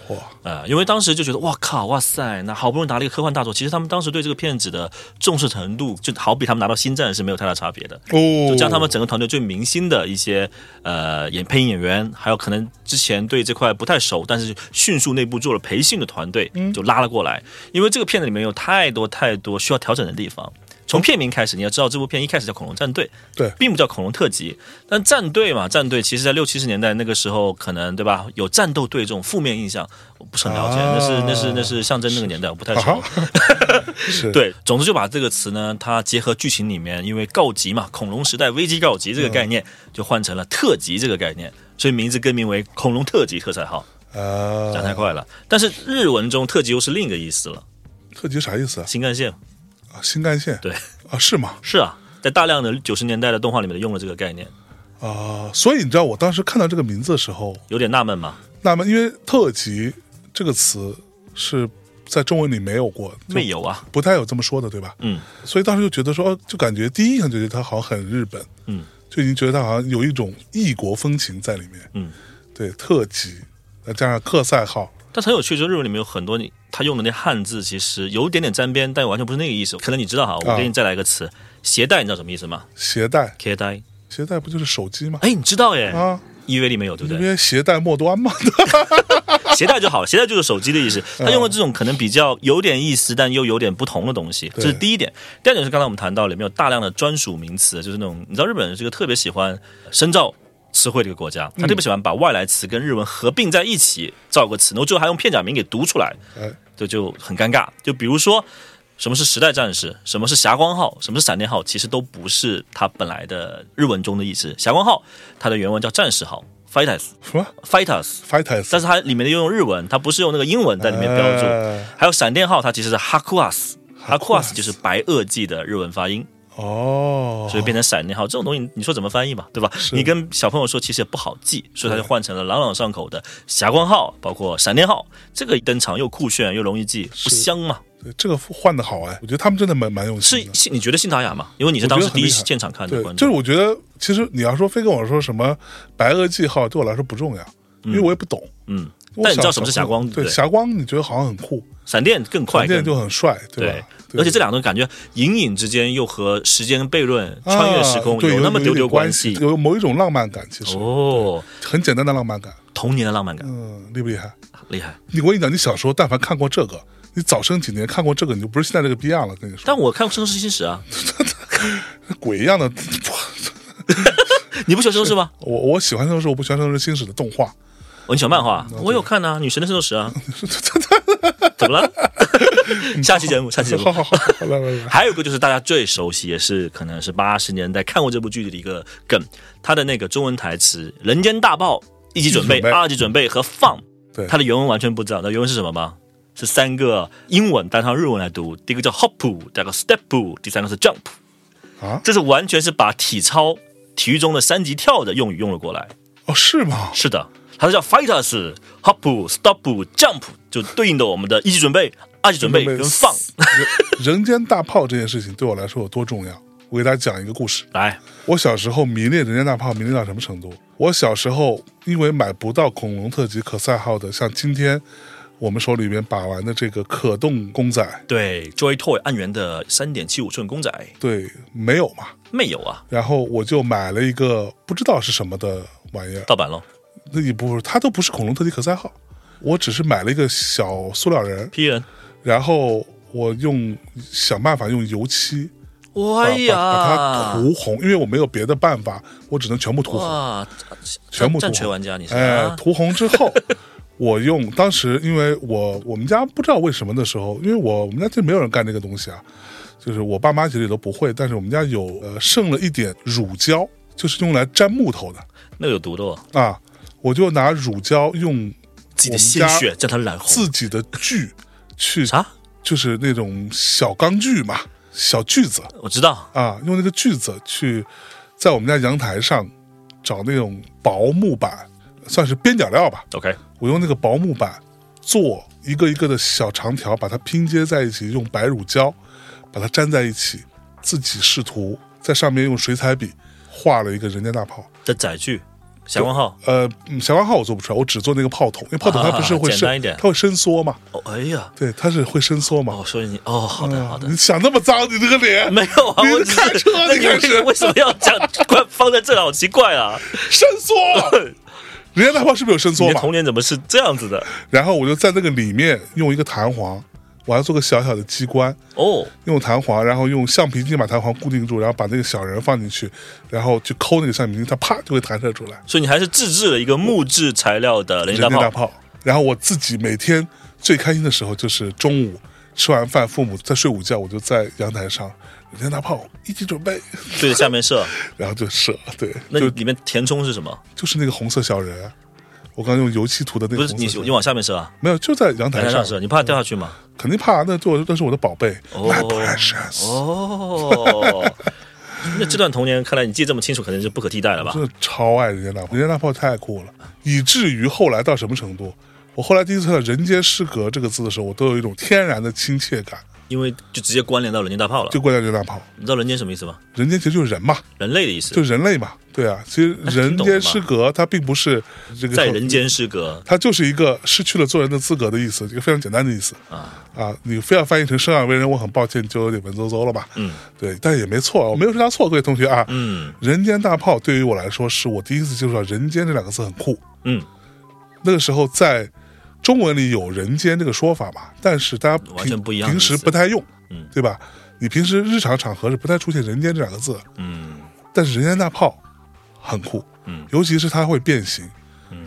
哇，
呃，因为当时就觉得哇靠，哇塞，那好不容易拿了一个科幻大作，其实他们当时对这个片子的重视程度，就好比他们拿到《星战》是没有太大差别的。
哦，
就将他们整个团队最明星的一些呃演配音演员，还有可能之前对这块不太熟，但是迅速内部做了培训的团队，
嗯
就拉了过来。因为这个片子里面有太多太多需要调整的地方。从片名开始，你要知道这部片一开始叫《恐龙战队》，
对
并不叫《恐龙特辑》。但战队嘛，战队其实在六七十年代那个时候，可能对吧，有战斗队这种负面印象，我不是很了解。
啊
那是那是那是象征那个年代，我不太
啊
熟。
哈， 是，
对，总之就把这个词呢，它结合剧情里面，因为告急嘛，恐龙时代危机告急这个概念，就换成了特急这个概念，所以名字更名为恐龙特急特赛号，
啊，
讲太快了。但是日文中特急又是另一个意思了，
特级啥意思啊？
新干线。
啊新干线，
对，
啊，是吗？
是啊，在大量的九十年代的动画里面用了这个概念，
啊，所以你知道我当时看到这个名字的时候，
有点纳闷嘛，
那么因为“特级”这个词是在中文里没有过，就
没有啊，
不太有这么说的，对吧？
嗯，
所以当时就觉得说，哦就感觉第一印象就觉得他好像很日本，
嗯，
就已经觉得他好像有一种异国风情在里面，
嗯，
对，特级，再加上克赛号，
但是很有趣，就是日文里面有很多你他用的那汉字，其实有一点点沾边，但完全不是那个意思。可能你知道哈，我给你再来一个词，携带，你知道什么意思吗？
携带，
啊携带，
携带不就是手机吗？
哎，你知道耶？
啊，
e v 里面有对
你
不
这
对？
边携带末端吗？
携带就好了，携带就是手机的意
啊
思。他用了这种可能比较有点意思，但又有点不同的东西，这是第一点。第二点是刚才我们谈到里面有大量的专属名词，就是那种你知道日本人是一个特别喜欢深造。词汇的一个国家，
嗯
他特别喜欢把外来词跟日文合并在一起造个词，然后最后还用片假名给读出来，
哎
这就很尴尬。就比如说，什么是时代战士，什么是霞光号，什么是闪电号，其实都不是它本来的日文中的意思。霞光号它的原文叫战士号 （fighters），fighters。
什么
Fighters
fighters？
但是它里面的又用日文，它不是用那个英文在里面标注。
哎
还有闪电号，它其实是 Hakuas。Hakuas
Hakuas
就是白垩纪的日文发音，
哦，
所以变成闪电号这种东西，你说怎么翻译吧，对吧？你跟小朋友说其实也不好记，所以他就换成了朗朗上口的霞光号，包括闪电号，这个登场又酷炫又容易记，不香嘛？
对这个换的好哎，我觉得他们真的蛮蛮用
是
心的。
信你觉得信达雅吗？因为你是当时第一现场看的
对，
观
就是
众，
我觉得，其实你要说非跟我说什么白垩纪号，对我来说不重要，因为我也不懂。
嗯。
我
但你知道
小
什么是霞光，对
对
不对？
霞光，你觉得好像很酷，
闪电更快，
闪
更
电就很帅，
对
吧？，
而且这两种感觉隐隐之间又和时间悖论、穿越时空
啊对有
那么
有
丢
点
丢
关
系。
有某一种浪漫感，其实、
哦，
很简单的浪漫感，
童年的浪漫感，
嗯，厉不厉害？
厉害。
你我跟你讲，你小时候但凡看过这个，你早生几年看过这个，你就不是现在这个逼样了。跟你说，
但我看《生生世新史》啊，
鬼一样的，
你不喜欢《圣斗士》吗？
我我喜欢的是我不喜欢的是新史的动画，
哦，你喜欢漫画啊？我有看啊，《女神的圣斗士》啊。怎么了？ 下期节目，下期节
好
目。
好好，好来来来，
还有一个就是大家最熟悉，也是可能是八十年代看过这部剧的一个梗，它的那个中文台词“人间大爆”一级准备
一级准、备
二级准备和放
对，
它的原文完全不知道。那原文是什么吗？是三个英文，但它用日文来读。第一个叫 hop，第二个 step，第三个是 jump。
啊，
这是完全是把体操、体育中的三级跳的用语用了过来。
哦，是吗？
是的，它是叫 fighters hop stop jump，就对应的我们的一级准备、二级准备跟放。
人人间大炮这件事情对我来说有多重要？我给大家讲一个故事。
来，
我小时候迷恋人间大炮，迷恋到什么程度？我小时候因为买不到恐龙特级可赛号的，像今天我们手里面把玩的这个可动公仔，
对 Joy Toy 按源的三点七五寸公仔
对，没有嘛。
没有啊，
然后我就买了一个不知道是什么的玩意儿，
盗版喽
那也不，它都不是恐龙特级可赛号，我只是买了一个小塑料人，
，P 人。
然后我用想办法用油漆把
哎呀，
把把它涂红，因为我没有别的办法，我只能全部涂红。
哇，
全部
啊战
涂
锤
红
玩家你是
哎
啊，？
涂红之后，我用当时因为我我们家不知道为什么的时候，因为我我们家就没有人干这个东西啊，就是我爸妈其实也都不会，但是我们家有呃剩了一点乳胶，就是用来粘木头的
那个有毒的哦，
啊，我就拿乳胶用
自己的
我们
鲜
家
血将它染红。
自己的锯去
啥？
就是那种小钢锯嘛，小锯子
我知道，
啊，用那个锯子去在我们家阳台上找那种薄木板，算是边角料吧。
OK，
我用那个薄木板做一个一个的小长条，把它拼接在一起，用白乳胶把它粘在一起，自己试图在上面用水彩笔画了一个人间大炮。
这载具，霞光号，
呃，嗯小钢号我做不出来，我只做那个炮筒，因为炮筒它不是会
啊简单一
伸，
点
它会伸缩嘛？
哦，哎呀，
对，它是会伸 缩嘛？
哦，所以你，哦，好的，好的。
你想那么脏，你这个脸
没有啊，
哎你
我只是
开车
那
你开
你
始
为什么要讲关放在这儿？好奇怪啊！
伸缩， 人间大炮是不是有伸
你
缩
的
嘛？
童年怎么是这样子的？
然后我就在那个里面用一个弹簧，我还做个小小的机关，
哦，
用弹簧，然后用橡皮筋把弹簧固定住，然后把那个小人放进去，然后去抠那个橡皮筋，它啪就会弹射出来，
所以你还是自制了一个木质材料的人
人
家
间
大
大
炮。
炮。然后我自己每天最开心的时候就是中午吃完饭，父母在睡午觉，我就在阳台上人间大炮一起准备，
对着下面射，
然后就射，对，
那
就
里面填充是什么？
就是那个红色小人，啊我刚用油漆涂的那
不
个
是
红
你
色小
你
人，
往下面射啊，
没有，就在阳
往
台
下
上
面，射，你怕掉下去吗？
肯定怕，那对我那是我的宝贝、
哦
m y precious，、
哦， 那这段童年看来你记得这么清楚，肯定是不可替代了吧？
真的超爱人间大炮，人间大炮太酷了，以至于后来到什么程度？我后来第一次看到“人间失格”这个字的时候，我都有一种天然的亲切感，
因为就直接关联到人间大炮了
就。过来人间大炮。
你知道人间什么意思吗？
人间其实就是人嘛，
人类的意思
就，人类嘛，对啊。其实“人间失格”它并不是这个
在人，间失格
它就是一个失去了做人的资格的意思，一个非常简单的意思
啊。
啊。你非要翻译成“生而为人”，我很抱歉，就有点文绉绉了吧？
嗯，
对，但也没错，啊我没有说他错，各位同学啊。
嗯
人间大炮对于我来说，是我第一次接触到“人间”这两个字很酷。
嗯，
那个时候在中文里有“人间”这个说法嘛，但是大家平
完全不一样的
平
意思
时不太用，
嗯
对吧？你平时日常场合是不太出现“人间”这两个字，
嗯，
但是“人间大炮”很酷，
嗯，
尤其是它会变形，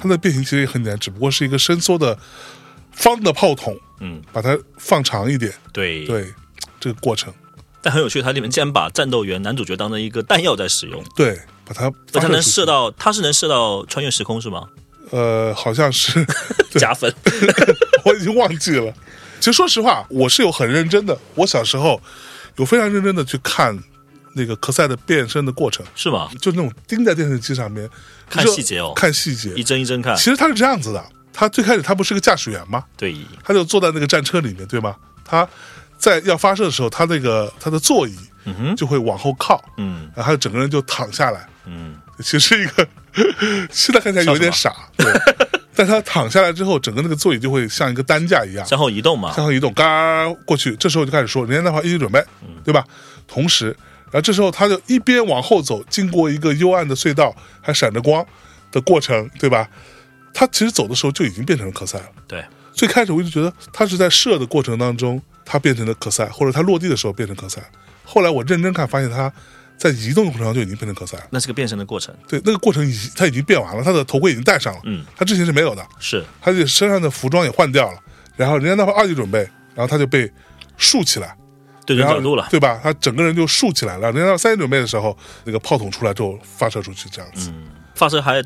它的变形其实也很简单，只不过是一个伸缩的方的炮筒，
嗯，
把它放长一点，
对。
对，这个过程，
但很有趣，它里面竟然把战斗员男主角当成一个弹药在使用，
对，把它
而它
发射
能
出去
射到，它是能射到穿越时空是吗？
呃，好像是，
加分。
我已经忘记了。其实说实话，我是有很认真的，我小时候有非常认真的去看那个科赛的变身的过程，
是吗？
就那种盯在电视机上面
看
就是
细节哦
看细节
一。帧一帧看
其，实他是这样子的，他最开始他不是个驾驶员吗？
对，
他就坐在那个战车里面，对吗？他在要发射的时候，他那个他的座椅就会往后靠，
嗯
然后他整个人就躺下来，
嗯，
其实一个现在看起来有点傻，对。 但他躺下来之后，整个那个座椅就会像一个担架一样
向后移动嘛，
向后移动，嘎过去。这时候就开始说“人间大炮一级准备”，对吧？同时，然后这时候他就一边往后走，经过一个幽暗的隧道，还闪着光的过程，对吧？他其实走的时候就已经变成了科赛了。
对，
最开始我一直觉得他是在射的过程当中，他变成了科赛，或者他落地的时候变成科赛。后来我认真看，发现他在移动的过程当中就已经变成科赛了。
那是个变身的过程，
对，那个过程已经他已经变完了，他的头盔已经戴上了，
嗯，
他之前是没有的，
是
他就身上的服装也换掉了，然后人家那会二级准备，然后他就被竖起来，
对准
然
角
后
度了，
对
嗯
吧？他整个人就竖起来了。人家到三级准备的时候，那个炮筒出来之后发射出去，这样子。
发色还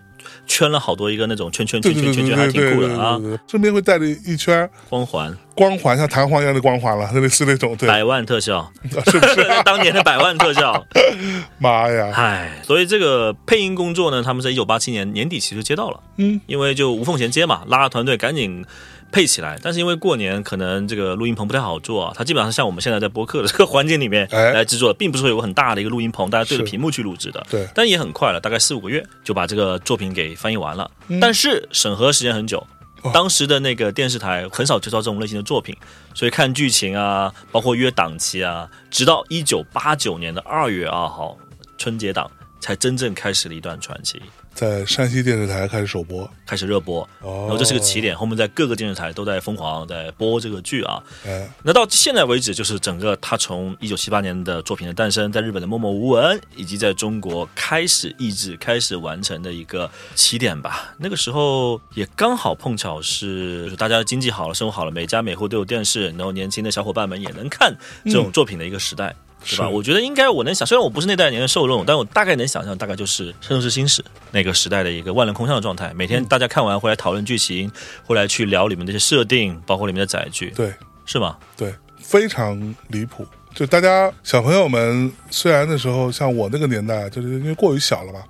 圈了好多一个那种圈圈
对
圈
对
圈
对
圈圈，
对对
还
对
挺
对
酷
对
的啊
对，对，身边会带着一圈
光环
光环，像弹簧一样的光环了， 类似那种，对，
百万特效，
啊是不是？
当年的百万特效，
妈呀，
唉，所以这个配音工作呢，他们在一九八七年年底其实接到了，
嗯，
因为就无缝衔接嘛，拉着团队赶紧配起来。但是因为过年可能这个录音棚不太好做啊，它基本上像我们现在在播客的这个环境里面
哎
来制作的，并不是说有个很大的一个录音棚，大家对着
是
屏幕去录制的。
对
但也很快了，大概四五个月就把这个作品给翻译完了。
嗯
但是审核时间很久。当时的那个电视台很少介绍这种类型的作品，所以看剧情啊，包括约档期啊，直到一九八九年的二月二号春节档，才真正开始了一段传奇。
在山西电视台开始首播，
开始热播，
哦
然后这是个起点，后面在各个电视台都在疯狂在播这个剧啊。
哎，
那到现在为止，就是整个他从一九七八年的作品的诞生，在日本的默默无闻，以及在中国开始译制、开始完成的一个起点吧。那个时候也刚好碰巧是，就是大家经济好了，生活好了，每家每户都有电视，然后年轻的小伙伴们也能看这种作品的一个时代。是吧？
是
我觉得应该我能想，虽然我不是那代人的受众，但我大概能想象，大概就是《圣斗士星矢》那个时代的一个万人空巷的状态。每天大家看完会来讨论剧情，会来去聊里面的一些设定，包括里面的载具，
对
是吧？
对，非常离谱。就大家小朋友们，虽然那时候像我那个年代，就是因为过于小了嘛，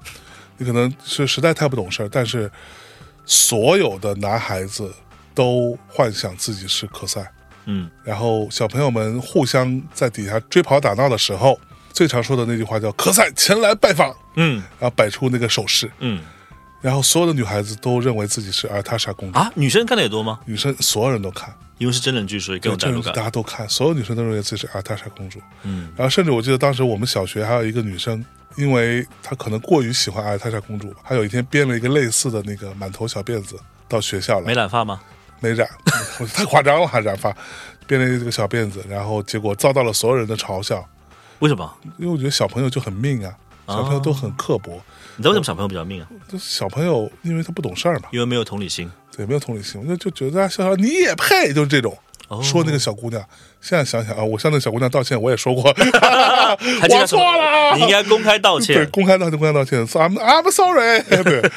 你可能是实在太不懂事儿，但是所有的男孩子都幻想自己是可赛，
嗯，
然后小朋友们互相在底下追跑打闹的时候，最常说的那句话叫“可赛前来拜访
嗯”，
然后摆出那个手势，
嗯
然后所有的女孩子都认为自己是阿尔塔莎公主，
啊，女生看的也多吗？
女生所有人都看，
因为是真人剧，所以更
对，
有代
这
入
种大
感。
家都看，所有女生都认为自己是阿尔塔莎公主。
嗯
然后甚至我记得当时我们小学还有一个女生，因为她可能过于喜欢阿尔塔莎公主吧，她有一天编了一个类似的那个满头小辫子到学校来
没，染发吗？
没染， 我太夸张了，还染发，编了一个小辫子，然后结果遭到了所有人的嘲笑，
为什么？
因为我觉得小朋友就很命啊，小朋友都很刻薄，
你知道为什么小朋友比较命啊？
就小朋友因为他不懂事儿嘛，
因为没有同理心。
对，没有同理心，我就就觉得大家笑笑你也配，就是这种。
哦
说那个小姑娘，现在想想啊，我向那个小姑娘道歉，我也 说过，
还记得
我
什么
错了，
你应该公开道
对，
歉。
公开道歉，公开道歉，I'm I'm sorry 。 对，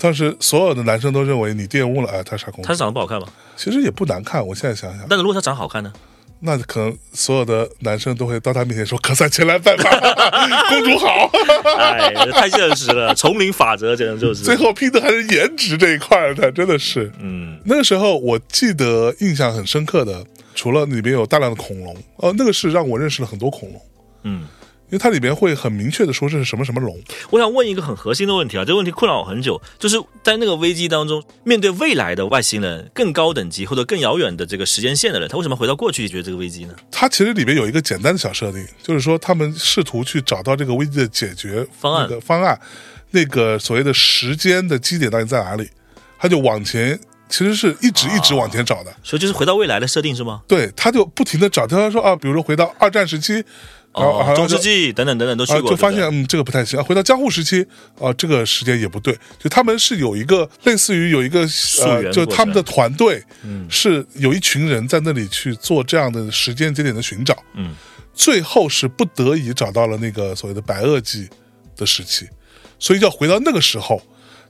当时所有的男生都认为你玷污了哎，他啥公
他
主，
长得不好看吗？
其实也不难看。我现在想想，
但是如果他长得好看呢？
那可能所有的男生都会到他面前说：“可赛前来拜访， 公主好。
哎，太现实了， 丛林法则简直就”
最
是。
后拼的还是颜值这一块儿的，真的是。
嗯，
那个时候我记得印象很深刻的，除了里面有大量的恐龙，呃，那个是让我认识了很多恐龙，
嗯，
因为它里面会很明确的说这是什么什么龙。
我想问一个很核心的问题啊，这个问题困扰我很久，就是在那个危机当中，面对未来的外星人、更高等级或者更遥远的这个时间线的人，他为什么回到过去解决这个危机呢？
它其实里面有一个简单的小设定，就是说他们试图去找到这个危机的解决
方案
那个方案，那个所谓的时间的基点到底在哪里，他就往前，其实是一直一直往前找的。
所以就是回到未来的设定是吗？
对，他就不停的找，他说啊，比如说回到二战时期，然
哦
后、啊，
中世纪等等等等都去
啊，
过，
就发
对
现
不对
嗯，这个不太行。啊回到江户时期，啊，这个时间也不对。就他们是有一个类似于有一个
源
呃，就
过
他们的
程嗯
团队是有一群人在那里去做这样的时间节点的寻找。
嗯，
最后是不得已找到了那个所谓的白垩纪的时期，所以要回到那个时候，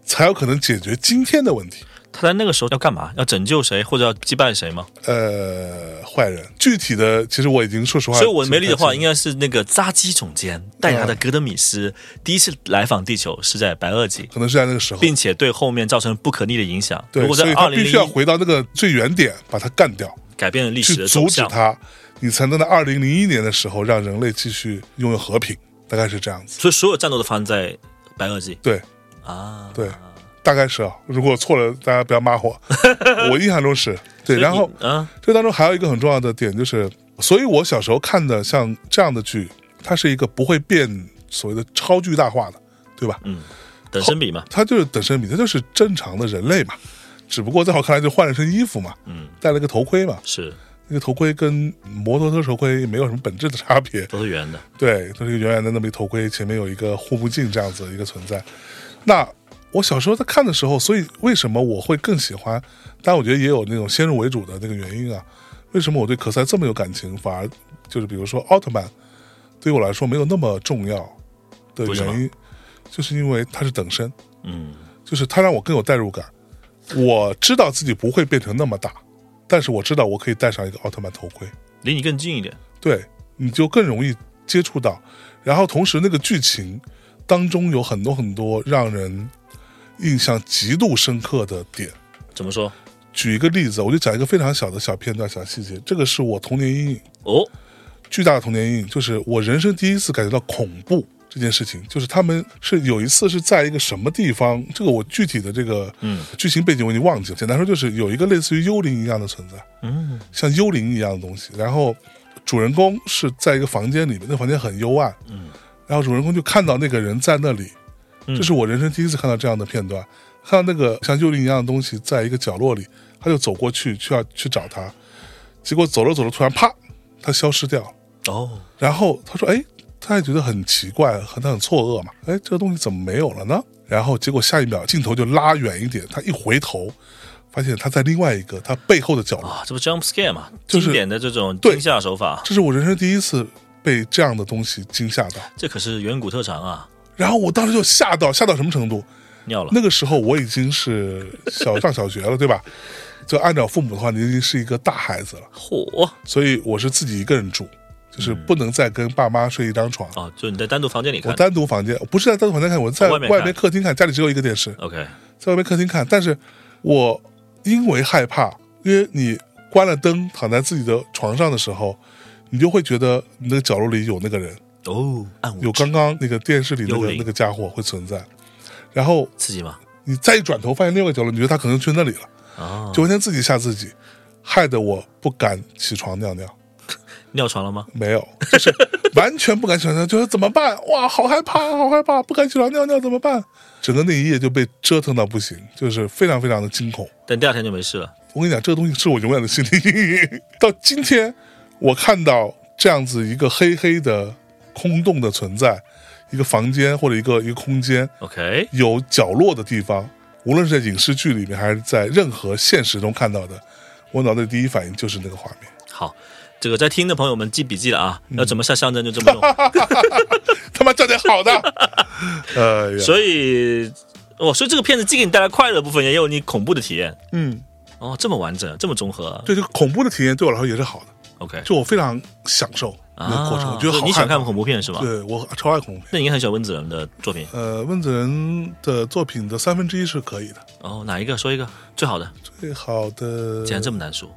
才有可能解决今天的问题。
他在那个时候要干嘛？要拯救谁或者要击败谁吗？
呃，坏人具体的，其实我已经说实话，
所以我没理解的话，应
该
该是那个扎基总监带着他的戈德米斯第一次来访地球是在白垩纪，
可能是在那个时候，
并且对后面造成不可逆的影响。如
对，
果
所
在
以
二
他
零
必须要
零一
回到那个最原点，把它干掉。
改变了历史
去
的
阻
走
止
向，
它，你才能在二零零一年的时候让人类继续拥有和平，大概是这样子。
所以所有战斗都发生在白垩纪
对
啊。
对，大概是啊。如果错了，大家不要 骂我。我印象中是
所
对。
以你
然后
啊，
这当中还有一个很重要的点就是，所以我小时候看的像这样的剧，它是一个不会变所谓的超巨大化的，对
嗯
吧？
等身比嘛，
它就是等身比，它就是正常的人类嘛。只不过在我看来，就换了身衣服嘛，
嗯，
戴了个头盔嘛，
是
那个头盔跟摩托车头盔没有什么本质的差别，
都是圆的。
对，它是一个圆圆的那么一头盔，前面有一个护目镜这样子的一个存在。那我小时候在看的时候，所以为什么我会更喜欢？当然，我觉得也有那种先入为主的那个原因啊。为什么我对可赛这么有感情，反而就是比如说奥特曼，对于我来说没有那么重要的
为什么
原因，就是因为它是等身，
嗯，
就是它让我更有代入感。我知道自己不会变成那么大，但是我知道我可以戴上一个奥特曼头盔，
离你更近一点。
对，你就更容易接触到。然后同时，那个剧情当中有很多很多让人印象极度深刻的点。
怎么说？
举一个例子，我就讲一个非常小的小片段、小细节，这个是我童年阴影，
哦，
巨大的童年阴影，就是我人生第一次感觉到恐怖这件事情。就是他们是有一次是在一个什么地方，这个我具体的这个
嗯
剧情背景我已经忘记了。简单说就是有一个类似于幽灵一样的存在，
嗯
像幽灵一样的东西。然后主人公是在一个房间里面，那房间很幽暗，
嗯，
然后主人公就看到那个人在那里，
嗯
这是我人生第一次看到这样的片段，看到那个像幽灵一样的东西在一个角落里，他就走过去去要去找他，结果走着走着突然啪，他消失掉了。
哦，
然后他说：“哎，他也觉得很奇怪，很他很错愕嘛，哎，这个东西怎么没有了呢？”然后结果下一秒镜头就拉远一点，他一回头，发现他在另外一个他背后的角落。
啊，这不 jump scare 嘛，
就是
经典的这种
对
惊吓手法，
这是我人生第一次被这样的东西惊吓到，
这可是远古特长啊，
然后我当时就吓到，吓到什么程度？
尿了。
那个时候我已经是小上小学了，对吧？就按照父母的话，你已经是一个大孩子了，
嚯
所以我是自己一个人住，就是不能再跟爸妈睡一张床。
哦，就你在单独房间里
我
看。
单独房间，我不是在单独房间看，我在
哦外面看
外面客厅看，家里只有一个电视，
OK，
在外面客厅看。但是我因为害怕，因为你关了灯，躺在自己的床上的时候，你就会觉得你那个角落里有那个人，
哦，暗物
有刚刚那个电视里那
幽
个
灵
那个家伙会存在。然后
刺激吗？
你再一转头，发现另外一个角落，你觉得他可能去那里了，
啊，
就完全自己吓自己，害得我不敢起床尿尿。
尿床了吗？
没有，就是完全不敢起床尿，就是怎么办？哇，好害怕，好害怕，不敢起床尿尿怎么办？整个那一夜就被折腾到不行，就是非常非常的惊恐。
但第二天就没事了。
我跟你讲，这个东西是我永远的心理阴影。到今天，我看到这样子一个黑黑的空洞的存在，一个房间或者一个一个空间
OK，
有角落的地方，无论是在影视剧里面还是在任何现实中看到的，我脑袋第一反应就是那个画面。
好，这个在听的朋友们记笔记了啊，
嗯
要怎么下象征就这么 用。
他妈这点好的，哎呀，
所以，哦，所以这个片子既给你带来快乐的部分，也有你恐怖的体验。
嗯。
哦，这么完整，这么综合啊。
对这个恐怖的体验对我来说也是好的，
OK，
就我非常享受那
啊，
个过程，我觉得好
你喜
害
欢看
怕。
恐怖片是吧？
对我超爱恐怖片。
那你应该很喜欢温子仁的作品
呃，温子仁的作品的三分之一是可以的，
哦，哪一个说一个最好的？
最好的
竟然这么难说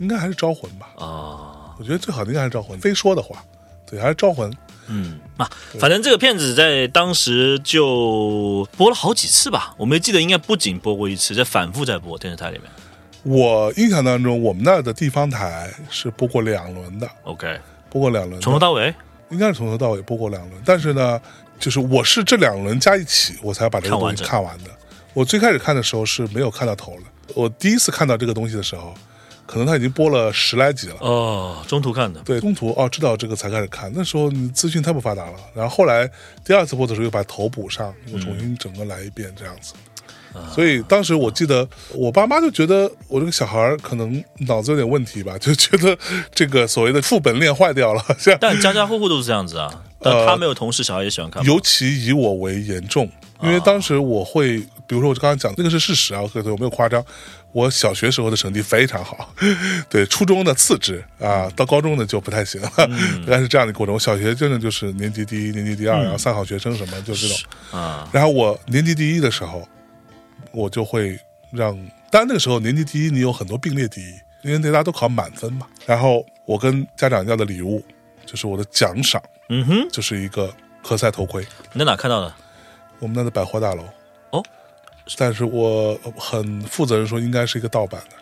应该还是《招魂》吧？
哦，
我觉得最好的应该还是《招魂》，非说的话，对，还是《招魂》。
嗯，嘛，反正这个片子在当时就播了好几次吧，我没记得应该不仅播过一次，在反复在播电视台里面。
我印象当中，我们那儿的地方台是播过两轮的，
OK，
播过两轮的，
从头到尾
应该是从头到尾播过两轮，但是呢，就是我是这两轮加一起，我才把这个
看完
东西
整
看完的。我最开始看的时候是没有看到头的，我第一次看到这个东西的时候，可能他已经播了十来集了。
哦，中途看的。
对，中途哦知道这个才开始看，那时候你资讯太不发达了。然后后来第二次播的时候又把头补上，又重新整个来一遍这样子。
啊
所以当时我记得我爸妈就觉得我这个小孩儿可能脑子有点问题吧，就觉得这个所谓的副本练坏掉了， 像
但家家户户都是这样子啊，
嗯
但他没有同事，小孩也喜欢看。
尤其以我为严重，因为当时我会，比如说我刚刚讲那个是事实啊，对对，我没有夸张。我小学时候的成绩非常好， 对初中的次之啊，到高中的就不太行了， 大概是这样的过程。我小学真的就是年级第一、年级第二，然后三好学生什么就这种。
啊，
然后我年级第一的时候，我就会让，当然那个时候年级第一你有很多并列第一，因为大家都考满分嘛。然后我跟家长要的礼物就是我的奖赏，
嗯哼，
就是一个科赛头盔。
你在哪看到的？
我们那的百货大楼。
哦，
但是我很负责任说，应该是一个盗版的，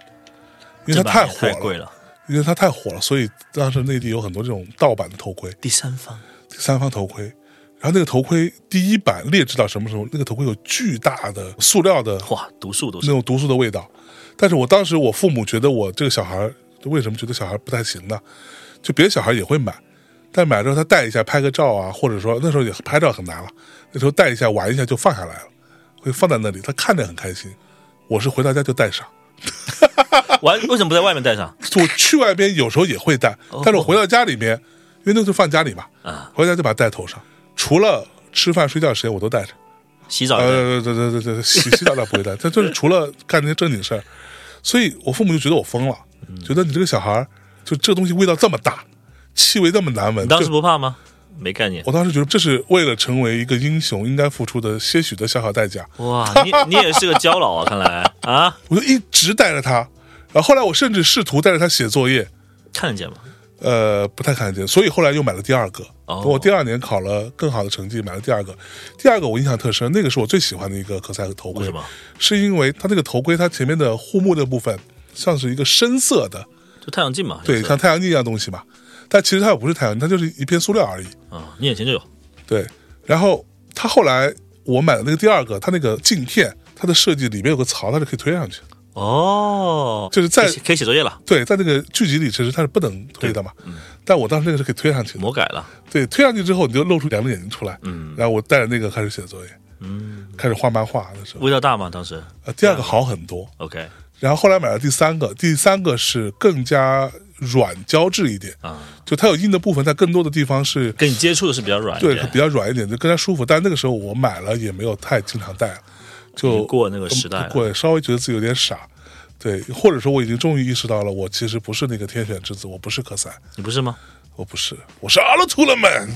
因为
这
它
版
太
也
火
太
了，
贵了，
因为它太火了，所以当时内地有很多这种盗版的头盔，
第三方
第三方头盔。然后那个头盔第一版劣质到什么时候？那个头盔有巨大的塑料的
哇，毒素都
那
是
种毒素的味道。但是我当时我父母觉得我这个小孩儿，为什么觉得小孩不太行呢？就别的小孩也会买，但买之后他戴一下拍个照啊，或者说那时候也拍照很难了，那时候戴一下玩一下就放下来了，会放在那里，他看着很开心。我是回到家就戴上，
玩，为什么不在外面带上
就我去外边有时候也会戴，但是我回到家里面，因为那就放家里嘛，
啊？
回家就把它戴头上，除了吃饭睡觉时间我都戴着。
洗澡也
呃，对对对对对，洗洗澡倒不会带，但就是除了干那些正经事儿，所以我父母就觉得我疯了，觉得你这个小孩儿就这东西味道这么大，气味那么难闻，
你当时
就
不怕吗？没概念。
我当时觉得这是为了成为一个英雄应该付出的些许的小小代价，
哇，你你也是个胶 佬啊，看来啊，
我就一直带着他，然后后来我甚至试图带着他写作业，
看得见吗？
呃，不太看得见，所以后来又买了第二个。
哦
我第二年考了更好的成绩，买了第二个。第二个我印象特深，那个是我最喜欢的一个可赛头盔。
为什么？
是因为它那个头盔，它前面的护目的部分像是一个深色的，
就太阳镜嘛，
对，
就是
像太阳镜一样东西嘛。但其实它也不是太阳，它就是一片塑料而已。
啊，你眼前就有，
对，然后它后来我买的那个第二个，它那个镜片，它的设计里面有个槽，它是可以推上去。
哦，
就是在
可以写可以写作业了，
对，在那个剧集里，其实它是不能推的嘛。但我当时那个是可以推上去的。
魔改了，
对，推上去之后你就露出两只眼睛出来，嗯，然后我带着那个开始写作业，嗯，开始画漫画的时候，
味道大吗？当时
呃，第二个好很多，
OK
然后后来买了第三个，第三个是更加软胶质一点，
啊，
就它有硬的部分，但更多的地方是
跟你接触的是比较软一
对
点，
比较软一点，就更加舒服。但那个时候我买了也没有太经常戴了，就
经过那个时代了
过稍微觉得自己有点傻。对，或者说我已经终于意识到了，我其实不是那个天选之子，我不是可赛，
你不是吗？
我不是，我是阿勒图勒 曼。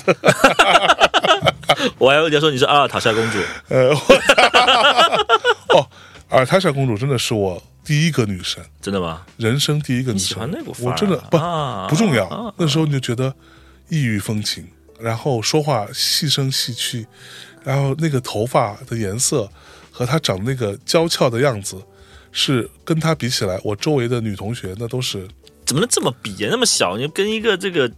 我还有人家说你是阿尔塔夏公主，
呃，我 哦，尔塔莎公主真的是我第一个女神，
真的吗？
人生第一个女
喜
神。
欢那股范儿
我真的不、
啊
不重要、
啊
那时候你就觉得异域风情，然后说话细声细气，然后那个头发的颜色和她长那个娇俏的样子，是跟她比起来，我周围的女同学那都是
怎么能这么比呀？那么小，你跟一个这个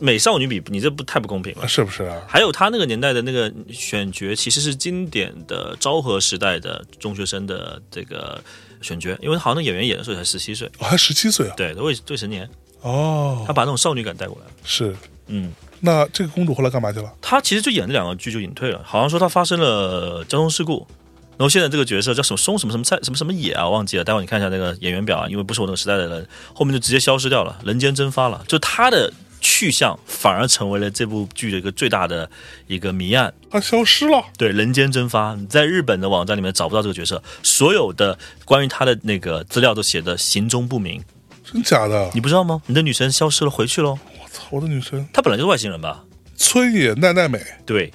美少女比，你这不太不公平
啊，
了。
是不是啊？
还有他那个年代的那个选角，其实是经典的昭和时代的中学生的这个选角，因为好像那演员演的时候才十七岁，
我还十七岁啊！
对，未未成年，
哦
他，把那种少女感带过来了。
是。
嗯，
那这个公主后来干嘛去了？
他其实就演这两个剧就隐退了，好像说他发生了交通事故，然后现在这个角色叫什么松什么什么菜什么什么野啊，忘记了，待会你看一下那个演员表啊，因为不是我那个时代的人，后面就直接消失掉了，人间蒸发了，就他的去向反而成为了这部剧的一个最大的一个谜案。
她消失了。
对，人间蒸发，你在日本的网站里面找不到这个角色，所有的关于他的那个资料都写的行踪不明，
真假的？
你不知道吗？你的女神消失了，回去喽。
我操！我的女神
她本来就是外星人吧？
村野奈奈美
对，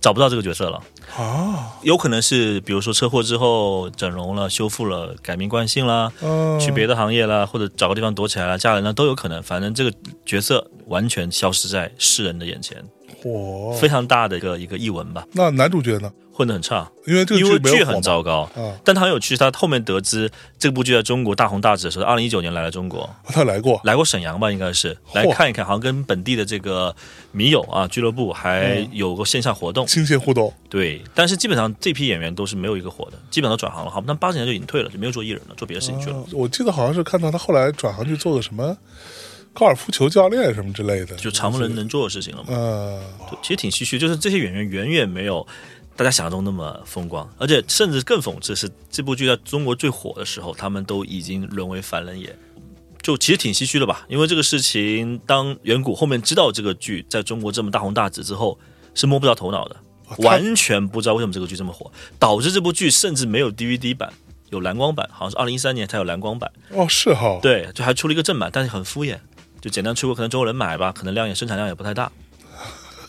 找不到这个角色了，
啊，
有可能是比如说车祸之后整容了、修复了、改名换姓啦，
嗯
去别的行业啦，或者找个地方躲起来了，嫁人了都有可能。反正这个角色完全消失在世人的眼前，
火。
非常大的一个一个译文吧，
哦那男主角呢？
混得很差。
因为这
因为
个剧没
剧
有火
很
嘛
糟糕
啊，
但他很有趣，他后面得知这部剧在中国大红大紫的时候，二零一九年来了中国，
啊他来过，
来过沈阳吧，应该是来看一看，好像跟本地的这个米友啊俱乐部还
嗯
有个线下活动，
亲切互动。
对，但是基本上这批演员都是没有一个火的，基本上都转行了，好，但八十年就隐退了，就没有做艺人了，做别的事情去了，
啊我记得好像是看到他后来转行去做个什么高尔夫球教练什么之类的，
就常不人能做的事情了嘛。
呃，
其实挺唏嘘，就是这些演员远远没有大家想象中那么风光，而且甚至更讽刺是，这部剧在中国最火的时候，他们都已经沦为凡人也。就其实挺唏嘘的吧，因为这个事情，当远古后面知道这个剧在中国这么大红大紫之后，是摸不着头脑的，
他
完全不知道为什么这个剧这么火，导致这部剧甚至没有 DVD 版，有蓝光版，好像是二零一三年才有蓝光版，
哦是哈，
对，就还出了一个正版，但是很敷衍，就简单出过，可能中国人买吧，可能量也生产量也不太大，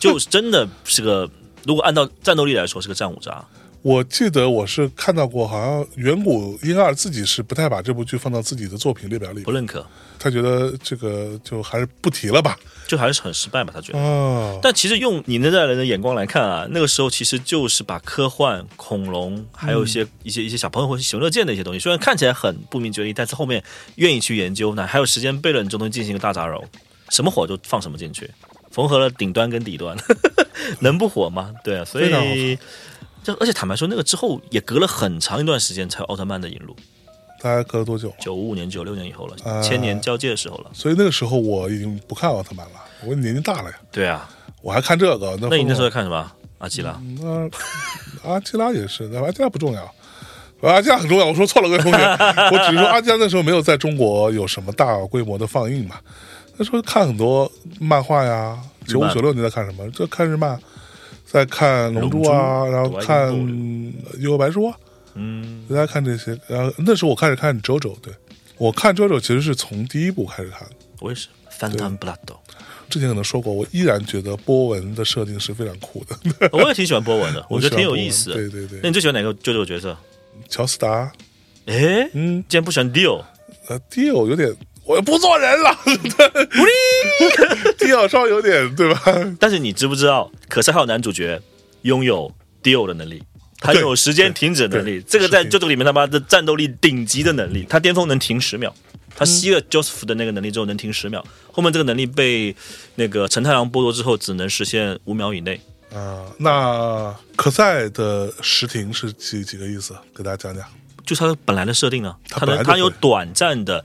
就真的是个，如果按照战斗力来说是个战五渣，
我记得我是看到过，好像远古婴儿自己是不太把这部剧放到自己的作品列表里
不，认可，
他觉得这个就还是不提了吧。
就还是很失败吧，他觉得。
啊，
但其实用你那代人的眼光来看啊，那个时候其实就是把科幻、恐龙，还有一些、一些一些小朋友会喜闻乐见的一些东西，虽然看起来很不明觉厉，但是后面愿意去研究，那还有时间悖论这种东西进行一个大杂糅，什么火就放什么进去，缝合了顶端跟底 端，能不火吗？对啊，所
非常好
以。就而且坦白说，那个之后也隔了很长一段时间才有奥特曼的引入，
大概隔了多久？
九五年、九六年以后了，
啊
千年交界的时候了。
所以那个时候我已经不看奥特曼了，我年纪大了呀，
对啊，嗯
我还看这个。那
那你那时候在
疯
看什么？阿基拉，
了那呃阿基拉也是，那阿基拉不重要。阿基拉很重要，我说错了，各位同学， 我只是说阿基拉那时候没有在中国有什么大规模的放映嘛。那时候看很多漫画呀，
日
九五
漫
九六年在看什么？就看日漫，在看《龙珠》啊，
龙珠
然后
对
看
龙珠
《幽游白书》啊，
嗯，
大家看这些。然后那时候我开始看《周周》，对我看《周周》其实是从第一部开始看的。
我也是。Phantom Blood，
之前可能说过，我依然觉得波纹的设定是非常酷的，
我也挺喜欢波纹的，我觉得挺有意思的。
对对对
那你最喜欢哪个舅舅角色？
乔斯达，
诶，
嗯，
竟然不喜欢 Dio，
呃，Dio 有点，我不做人了，Dio 稍微有点对吧？
但是你知不知道，可赛号男主角拥有 Dio 的能力，他
对
拥有时间停止的能力，
对
这个在
是
舅舅里面他妈的战斗力顶级的能力，他巅峰能停十秒。
嗯
他吸了 Joseph 的那个能力之后能停十秒，后面这个能力被那个陈太郎剥夺之后，只能实现五秒以内。
啊，那可赛的时停是几几个意思？给大家讲讲。
就是他本来的设定啊，
他
他
本来
能
就
他有
会
短暂的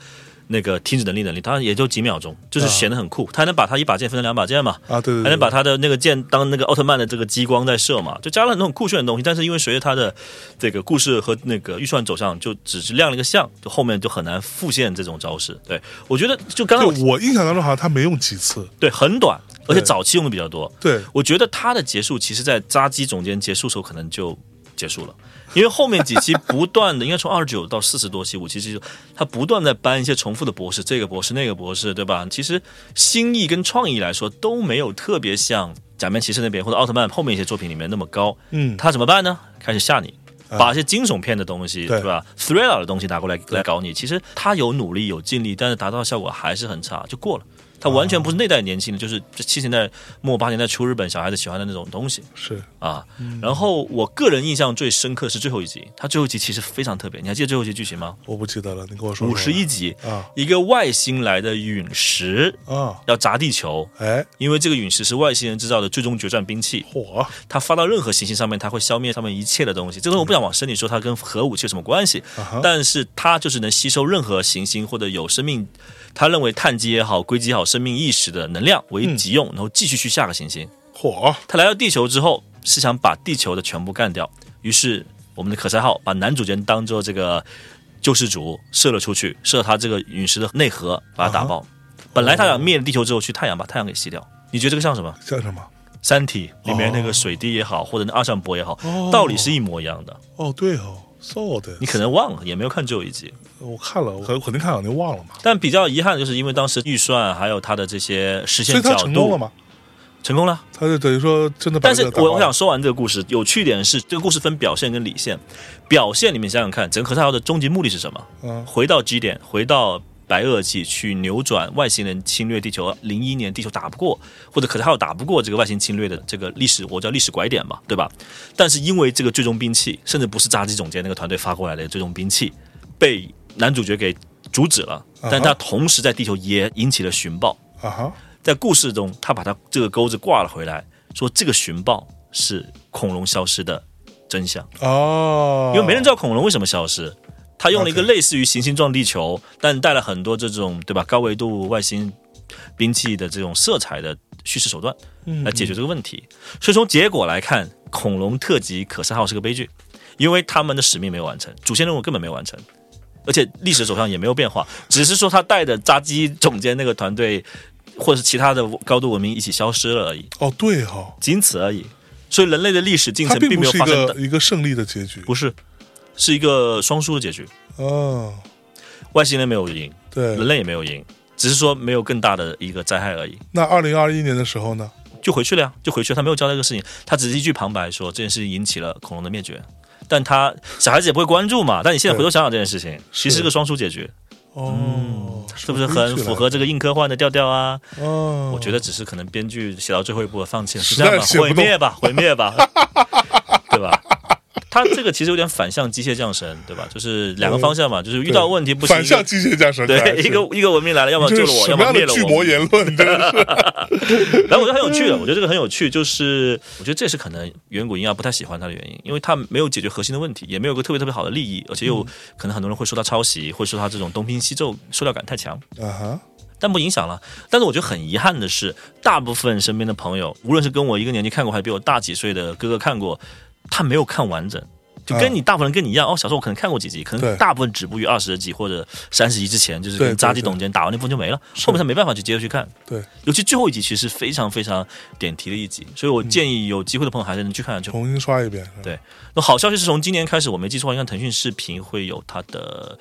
那个停止能力能力，他也就几秒钟，就是显得很酷。他能把他一把剑分成两把剑嘛，
啊，对对对，
还能把他哎的那个剑当那个奥特曼的这个激光在射嘛，就加了很多很酷炫的东西。但是因为随着他的这个故事和那个预算走向，就只是亮了一个相，就后面就很难复现这种招式。对我觉得就刚刚我
就我印象当中好像他没用几次。
对很短，而且
对
早期用的比较多。
对，
我觉得他的结束，其实在扎基总监结束的时候可能就结束了，因为后面几期不断的，应该从二十九到四十多期，五期其实他不断在搬一些重复的博士，这个博士那个博士，对吧？其实新意跟创意来说都没有特别像假面骑士那边或者奥特曼后面一些作品里面那么高。
嗯，
他怎么办呢？开始吓你。把一些惊悚片的东西，
啊对
对吧？thriller 的东西拿过来来搞你，其实他有努力有尽力，但是达到的效果还是很差，就过了。他完全不是那代年轻
啊
人，就是这七十年代末八十年代初日本小孩子喜欢的那种东西
是
啊。
嗯
然后我个人印象最深刻是最后一集，他最后一集其实非常特别，你还记得最后一集剧情吗？
我不记得了，你跟我说说
五十一集，
啊
一个外星来的陨石
啊，
要砸地球，
哎，
因为这个陨石是外星人制造的最终决战兵器。
火
它发到任何行星上面，它会消灭上面一切的东西。这个我不想往深里说，它跟核武器有什么关系
哈？
但是它就是能吸收任何行星或者有生命，他认为碳基也好、硅基也好、生命意识的能量为己用，然后继续去下个行星。
火
他来到地球之后，是想把地球的全部干掉。于是我们的可赛号把男主角当做这个救世主射了出去，射他这个陨石的内核，把它打爆。本来他想灭了地球之后去太阳，把太阳给吸掉。你觉得这个像什么？
像什么？
《三体》里面
哦
那个水滴也好，或者那阿尚博也好，道理是一模一样的。
哦，对哦，so 的
你，可能忘了，也没有看最后一集。
我看了，我肯肯定看了，你忘了嘛？
但比较遗憾的就是，因为当时预算还有它的这些实
所
现
以
角
他
度，
成功了？嘛？
成功了。
他就等于说真的把
但
这
是
个打
我我
爆
想说完这个故事，有趣点是这个故事分表现跟理线。表现里面想想看，整个可赛号的终极目的是什么？
嗯
回到基点，回到白垩纪去扭转外星人侵略地球。零一年地球打不过，或者可赛号打不过这个外星侵略的这个历史，我叫历史拐点嘛，对吧？但是因为这个最终兵器，甚至不是扎基总监那个团队发过来的最终兵器，被男主角给阻止了。但他同时在地球也引起了寻报。
啊哈，
在故事中，他把他这个钩子挂了回来，说这个寻报是恐龙消失的真相，
哦，
因为没人知道恐龙为什么消失。他用了一个
OK
类似于行星撞地球，但带了很多这种对吧高维度外星兵器的这种色彩的叙事手段
嗯
来解决这个问题。所以从结果来看，恐龙特辑可赛号是个悲剧，因为他们的使命没有完成，主线任务根本没有完成。而且历史走向也没有变化，只是说他带着扎基总监那个团队，或者是其他的高度文明一起消失了而已，
哦，对哦，
仅此而已。所以人类的历史进
他
程
并
并
不
没有
是一
发生的
个，一个胜利的结局，
不是，是一个双输的结局。
嗯，
外星人没有赢，人
对。
类也没有赢，只是说没有更大的一个灾害而已，
那二零二一年的时候呢？
就回去了呀，就回去了。他没有交代这个事情，他只是一句旁白说这件事情引起了恐龙的灭绝，但他小孩子也不会关注嘛。但你现在回头想想这件事
嗯
情，其实是个双输结局，
哦，
嗯是不是很符合这个硬科幻的调调啊？
哦，
我觉得只是可能编剧写到最后一步了放 弃了，
实
就这样吧，
在写不
毁
动
灭吧，毁灭吧， 对吧？他这个其实有点反向机械降神，对吧？就是两个方向嘛，就是遇到问题不行，
嗯反向机械加神，
对
还 是
一个一个文明来了，要么
这
救
是
了我，
什
要么
么样
灭
的
了
巨
我
魔。言论？真的 是
然后我觉得很有趣的，我觉得这个很有趣，就是我觉得这是可能远古婴儿不太喜欢它的原因，因为它没有解决核心的问题，也没有个特别特别好的利益，而且又可能很多人会说它抄袭，会说它这种东拼西凑，塑料感太强。
啊哈，
但不影响了。但是我觉得很遗憾的是，大部分身边的朋友，无论是跟我一个年纪看过，还是比我大几岁的哥哥看过，他没有看完整。就跟你大部分人跟你一样，哦，小时候我可能看过几集，可
嗯对
能大部分止步于二十集或者三十集之前，就是
对对
跟扎基董监打完那部分就没了，后面他没办法去接着去看。
对，
尤其最后一集其实是非常非常点题的一集，所以
嗯
我建议有机会的朋友还是能去看看。就
重新刷一遍。是吧
对，那好消息是从今年开始，我没记错，应该腾讯视频会有它的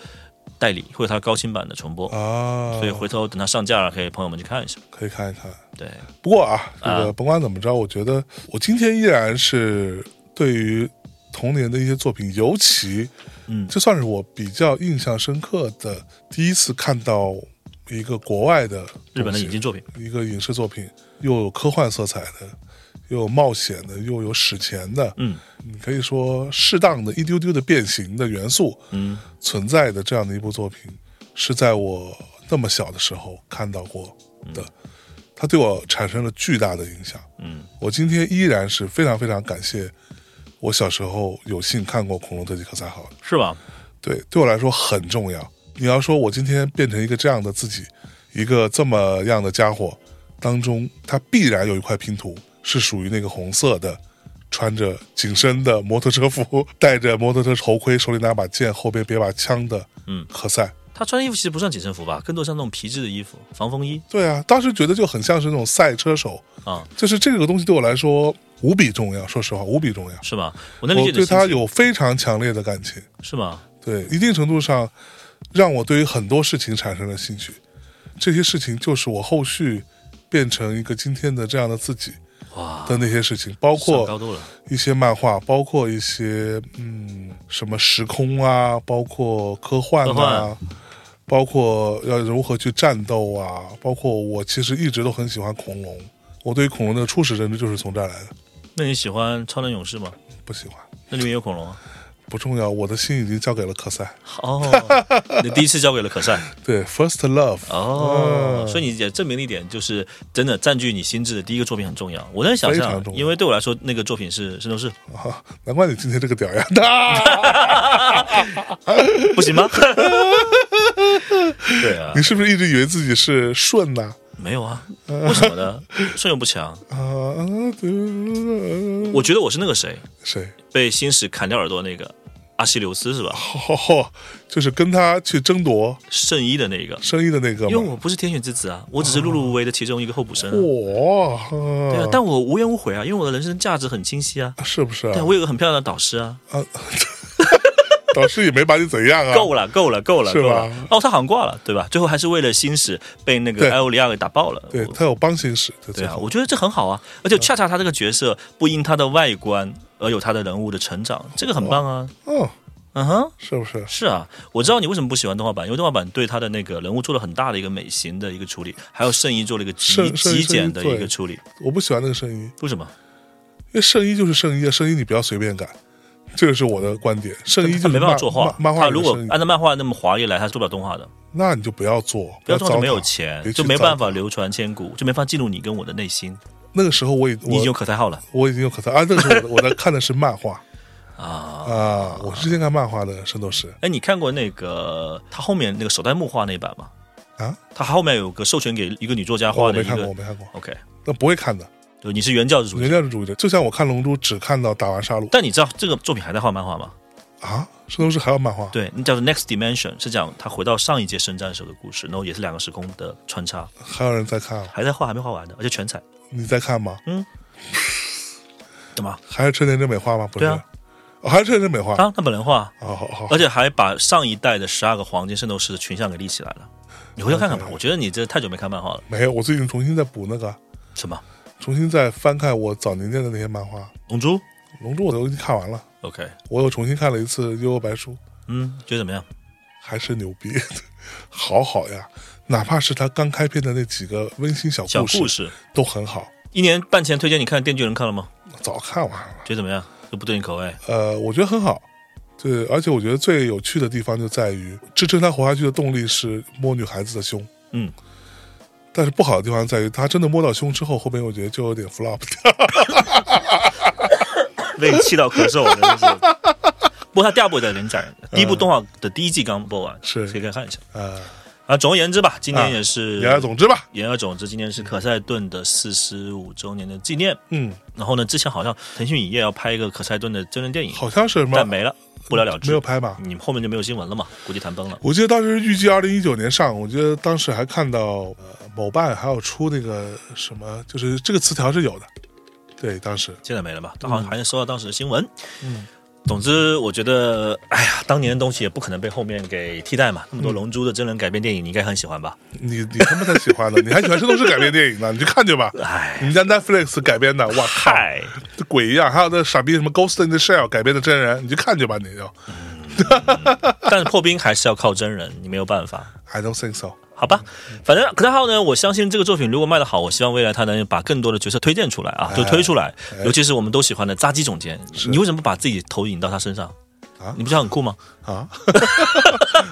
代理，会有它高清版的重播，
啊，
所以回头等它上架了，可以朋友们去看一下。
可以看一看。
对，
不过啊，这个
啊
甭管怎么着，我觉得我今天依然是对于童年的一些作品，尤其
嗯
这算是我比较印象深刻的第一次看到一个国外的
日本的
影
引进作品，
一个影视作品，又有科幻色彩的，又有冒险的，又有史前的，
嗯
你可以说适当的一丢丢的变形的元素
嗯，
存在的这样的一部作品，是在我那么小的时候看到过的，它对我产生了巨大的影响。
嗯，
我今天依然是非常非常感谢我小时候有幸看过《恐龙特技可赛号》的。
是吧？
对，对我来说很重要。你要说我今天变成一个这样的自己，一个这么样的家伙，当中它必然有一块拼图是属于那个红色的，穿着紧身的摩托车服，戴着摩托车头盔，手里拿把剑，后边别把枪的，
嗯
何塞。
他穿的衣服其实不算紧身服吧，更多像那种皮质的衣服，防风衣
对啊，当时觉得就很像是那种赛车手，
啊，
就是这个东西对我来说无比重要。说实话，无比重要。
是吧？我能理
我
解你的
对
心
他
情，
有非常强烈的感情。
是吧？
对，一定程度上让我对于很多事情产生了兴趣。这些事情就是我后续变成一个今天的这样的自己
哇，
的那些事情，包
上高
括
度了，
一些漫画，包括一些嗯什么时空啊，包括科幻
科
啊
幻，
包括要如何去战斗啊，包括我其实一直都很喜欢恐龙，我对于恐龙的初始认知就是从这儿来的，
那你喜欢超能勇士吗？
不喜欢
那里面有恐龙啊。
不重要，我的心已经交给了科赛，
哦，你第一次交给了可赛
对，First Love
哦，
嗯
所以你也证明了一点，就是真的占据你心智的第一个作品很重要。我能想
非
象
常重，要
因为对我来说，那个作品是《圣斗士》，
啊，难怪你今天这个屌 样
啊
大，
不行吗？ 对啊
你，是不是一直以为自己是顺呐？
没有啊，为什么呢？ 顺又不强，
啊，对
我觉得我是那个谁
谁？
被星矢砍掉耳朵那个阿西琉斯是吧？
哦，就是跟他去争夺
圣衣的那个，
生意的那个
因为
嘛。
我不是天选之子啊，我只是碌碌无为的其中一个候补生啊、
哦哇，
对啊
啊，
但我无怨无悔啊，因为我的人生价值很清晰啊。
是不是
对
啊
啊，？我有个很漂亮的导师啊，
导师也没把你怎样啊。
够
了，
了，够了，够了，
是
够
吧
了。哦，他好像挂了，对吧？最后还是为了星矢被那
对
个埃欧里亚给打爆了。
对
我
他有帮行使，对
对
最
啊，
后
我觉得这很好啊，而且恰恰他这个角色不因他的外观而有他的人物的成长，这个很棒啊。
嗯，
嗯哼，
是不是？
是啊，我知道你为什么不喜欢动画版，因为动画版对他的那个人物做了很大的一个美型的一个处理，还有圣衣做了一个极
圣圣衣
极简的
圣衣
一个
对
处理。
我不喜欢那个圣衣，
为什么？
因为圣衣就是圣衣，圣衣你不要随便改，这个是我的观点。圣衣就
他
是
没办法
漫
作画，
漫漫画
他
里的
如果
圣衣
按照漫画那么华丽来，他是做不了动画的。
那你就不要做，
不要
糟
动画就没有
蹋别
钱，
去
就没
糟
办
蹋
法流传千古，就没法记录你跟我的内心。
那个时候我已
你已
我
经有可赛号了
我已经有可赛啊，那个时 候我的我在看的是漫画
啊！
啊，我是先看漫画的《圣斗士》
哎，你看过那个他后面那个首代木画那版吗？
啊，
他后面有个授权给一个女作家
我
画的
没
一
看过，
个
我。没看过，
OK，
那不会看的，
对，你是原教旨主
原
义。
教旨主义者。就像我看《龙珠》只看到打完杀戮
但你知道这个作品还在画漫画吗？
啊，《圣斗士》还有漫画，
对，那叫做《Next Dimension》，是讲他回到上一届圣战时候的故事，然后也是两个时空的穿插，
还有人在看啊，
还在画，还没画完的，而且全彩，
你在看吗？
懂吗？
还是春田真美画吗？不是，
对啊
哦还是春田真美画。
啊，他本人画，
哦，好好，
而且还把上一代的十二个黄金圣斗士的群像给立起来了。你回头看看吧
OK
我觉得你这太久没看漫画了。
没有，我最近重新在补那个，
什么？
重新在翻看我早年间的那些漫画，《
龙珠
龙珠》我都已经看完了，
？OK，
我又重新看了一次《幽游白书》，
嗯，觉得怎么样？
还是牛逼， 好好呀！哪怕是他刚开篇的那几个温馨小
小
故事，
故事，
都很好，
一年半前推荐你看《电锯人》，看了吗？
早看完了。
觉得怎么样？就不对你口味？
呃，我觉得很好，对，而且我觉得最有趣的地方就在于支撑他活下去的动力是摸女孩子的胸，
嗯，
但是不好的地方在于他真的摸到胸之后，后面我觉得就有点 flop 掉。
被你气到咳嗽，真的是。不过他第二部也在连载，第一部动画的第一季刚播完，
嗯是
可以看一下。
呃，
啊，总而言之吧，今
啊
年也是
言而总之吧，
言而总之，今年是可赛顿的四十五周年的纪念。
嗯，
然后呢，之前好像腾讯影业要拍一个可赛顿的真人电影，
好像是什么
但没了，不了了之。
没有拍啊吧？
你后面就没有新闻了嘛？估计谈崩了。
我记得当时预计二零一九年上，我记得当时还看到呃某瓣还有出那个什么，就是这个词条是有的，对，当时
现在没了吧？好像还是收到当时的新闻。嗯，总之我觉得，哎呀，当年的东西也不可能被后面给替代嘛。那么
嗯
多《龙珠》的真人改编电影，你应该很喜欢吧？
你你他妈才喜欢呢， 你还喜欢圣斗士改编电影呢？你去看去吧，
哎，
人家 Netflix 改编的，哇靠，
嗨，
这鬼一样，还有那傻逼什么 Ghost in the Shell 改编的真人，你去看去吧，你就
但是破冰还是要靠真人，你没有办法。
I don't think so。
好吧，反正可大号呢，我相信这个作品如果卖得好，我希望未来他能把更多的角色推荐出来
哎
啊，就推出来。尤其是我们都喜欢的扎基总监，你为什么不把自己投影到他身上？
啊
你不觉得很酷吗？
啊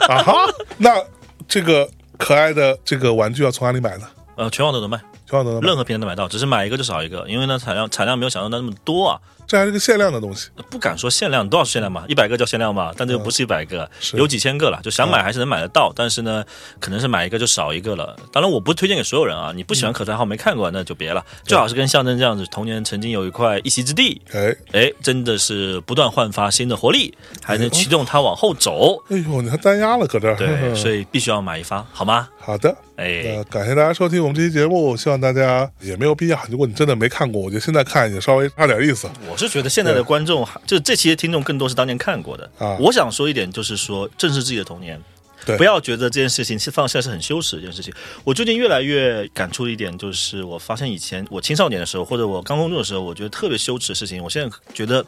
啊哈！那这个可爱的这个玩具要从哪里买呢？
呃，全网都能卖，
全网都能买
任，何平台都买到，只是买一个就少一个，因为呢产量产量没有想象的那么多啊。
这还是个限量的东西。
不敢说限量，多少是限量嘛？一百个叫限量嘛？但这又不是一百个，
嗯是嗯
有几千个了，就想买还是能买得到，但是呢，可能是买一个就少一个了。当然，我不推荐给所有人啊，你不喜欢
嗯
可赛号没看过那就别了，最好是跟象征这样子，童年曾经有一块一席之地，
哎，
哎，真的是不断焕发新的活力，还能驱动它往后走。
哎呦，你还单压了，搁这儿。
对，所
以
以必须要买一发，好吗？
好的，
哎
呃，，感谢大家收听我们这期节目，希望大家也没有必要。如果你真的没看过，我觉得现在看也稍微差点意思。
我是觉得现在的
对
观众，就这期的听众更多是当年看过的。
啊
我想说一点，就是说正视自己的童年。
对
不要觉得这件事情是放下是很羞耻的一件事情。我最近越来越感触一点，就是我发现以前我青少年的时候，或者我刚工作的时候，我觉得特别羞耻的事情，我现在觉得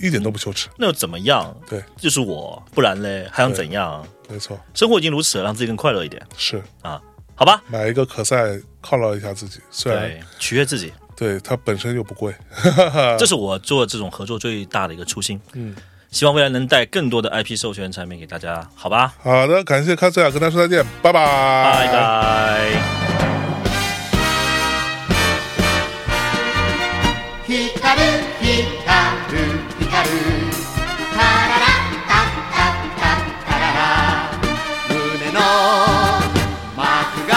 一点都不羞耻，
那又怎么样？
对，
就是我，不然嘞还想怎样？
没错，
生活已经如此了，让自己更快乐一点
是
啊，好吧？
买一个可赛犒劳一下自己，虽然
对，取悦自己，
对它本身又不贵。
这是我做这种合作最大的一个初心。
嗯，
希望未来能带更多的 IP 授权产品给大家，好吧？
好的，感谢卡斯亚，跟大家说再见，拜拜，
拜拜。
光る光る光るタララッタッタッタッタララ
胸の幕が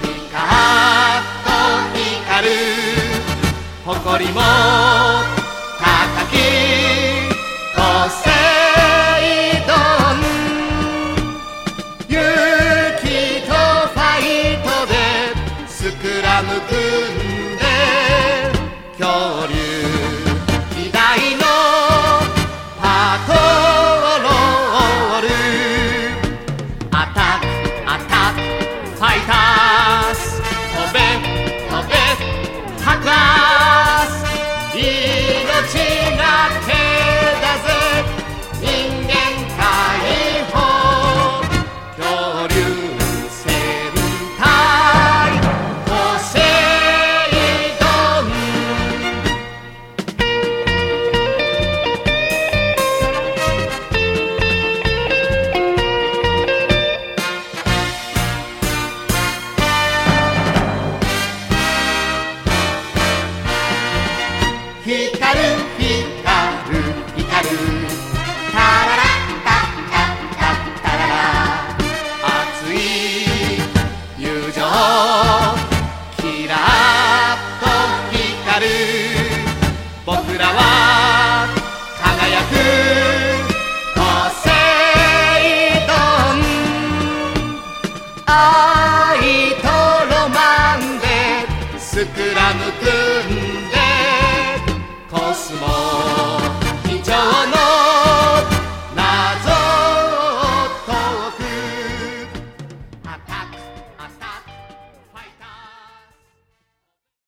ピカ
光る誇りも高きポセイドン勇気とファイトでスクラム組んで恐竜時代のパトロールアタックアタックファイターズ飛べ飛べハッカーズ命がけだぜ人間解放恐竜戦隊ポセイドン
光る光る光るタララッタッタッタララッタッタララ
熱い友情キラッと光る僕らは輝くポセイドン愛とロマンでスクラム組んでコスモ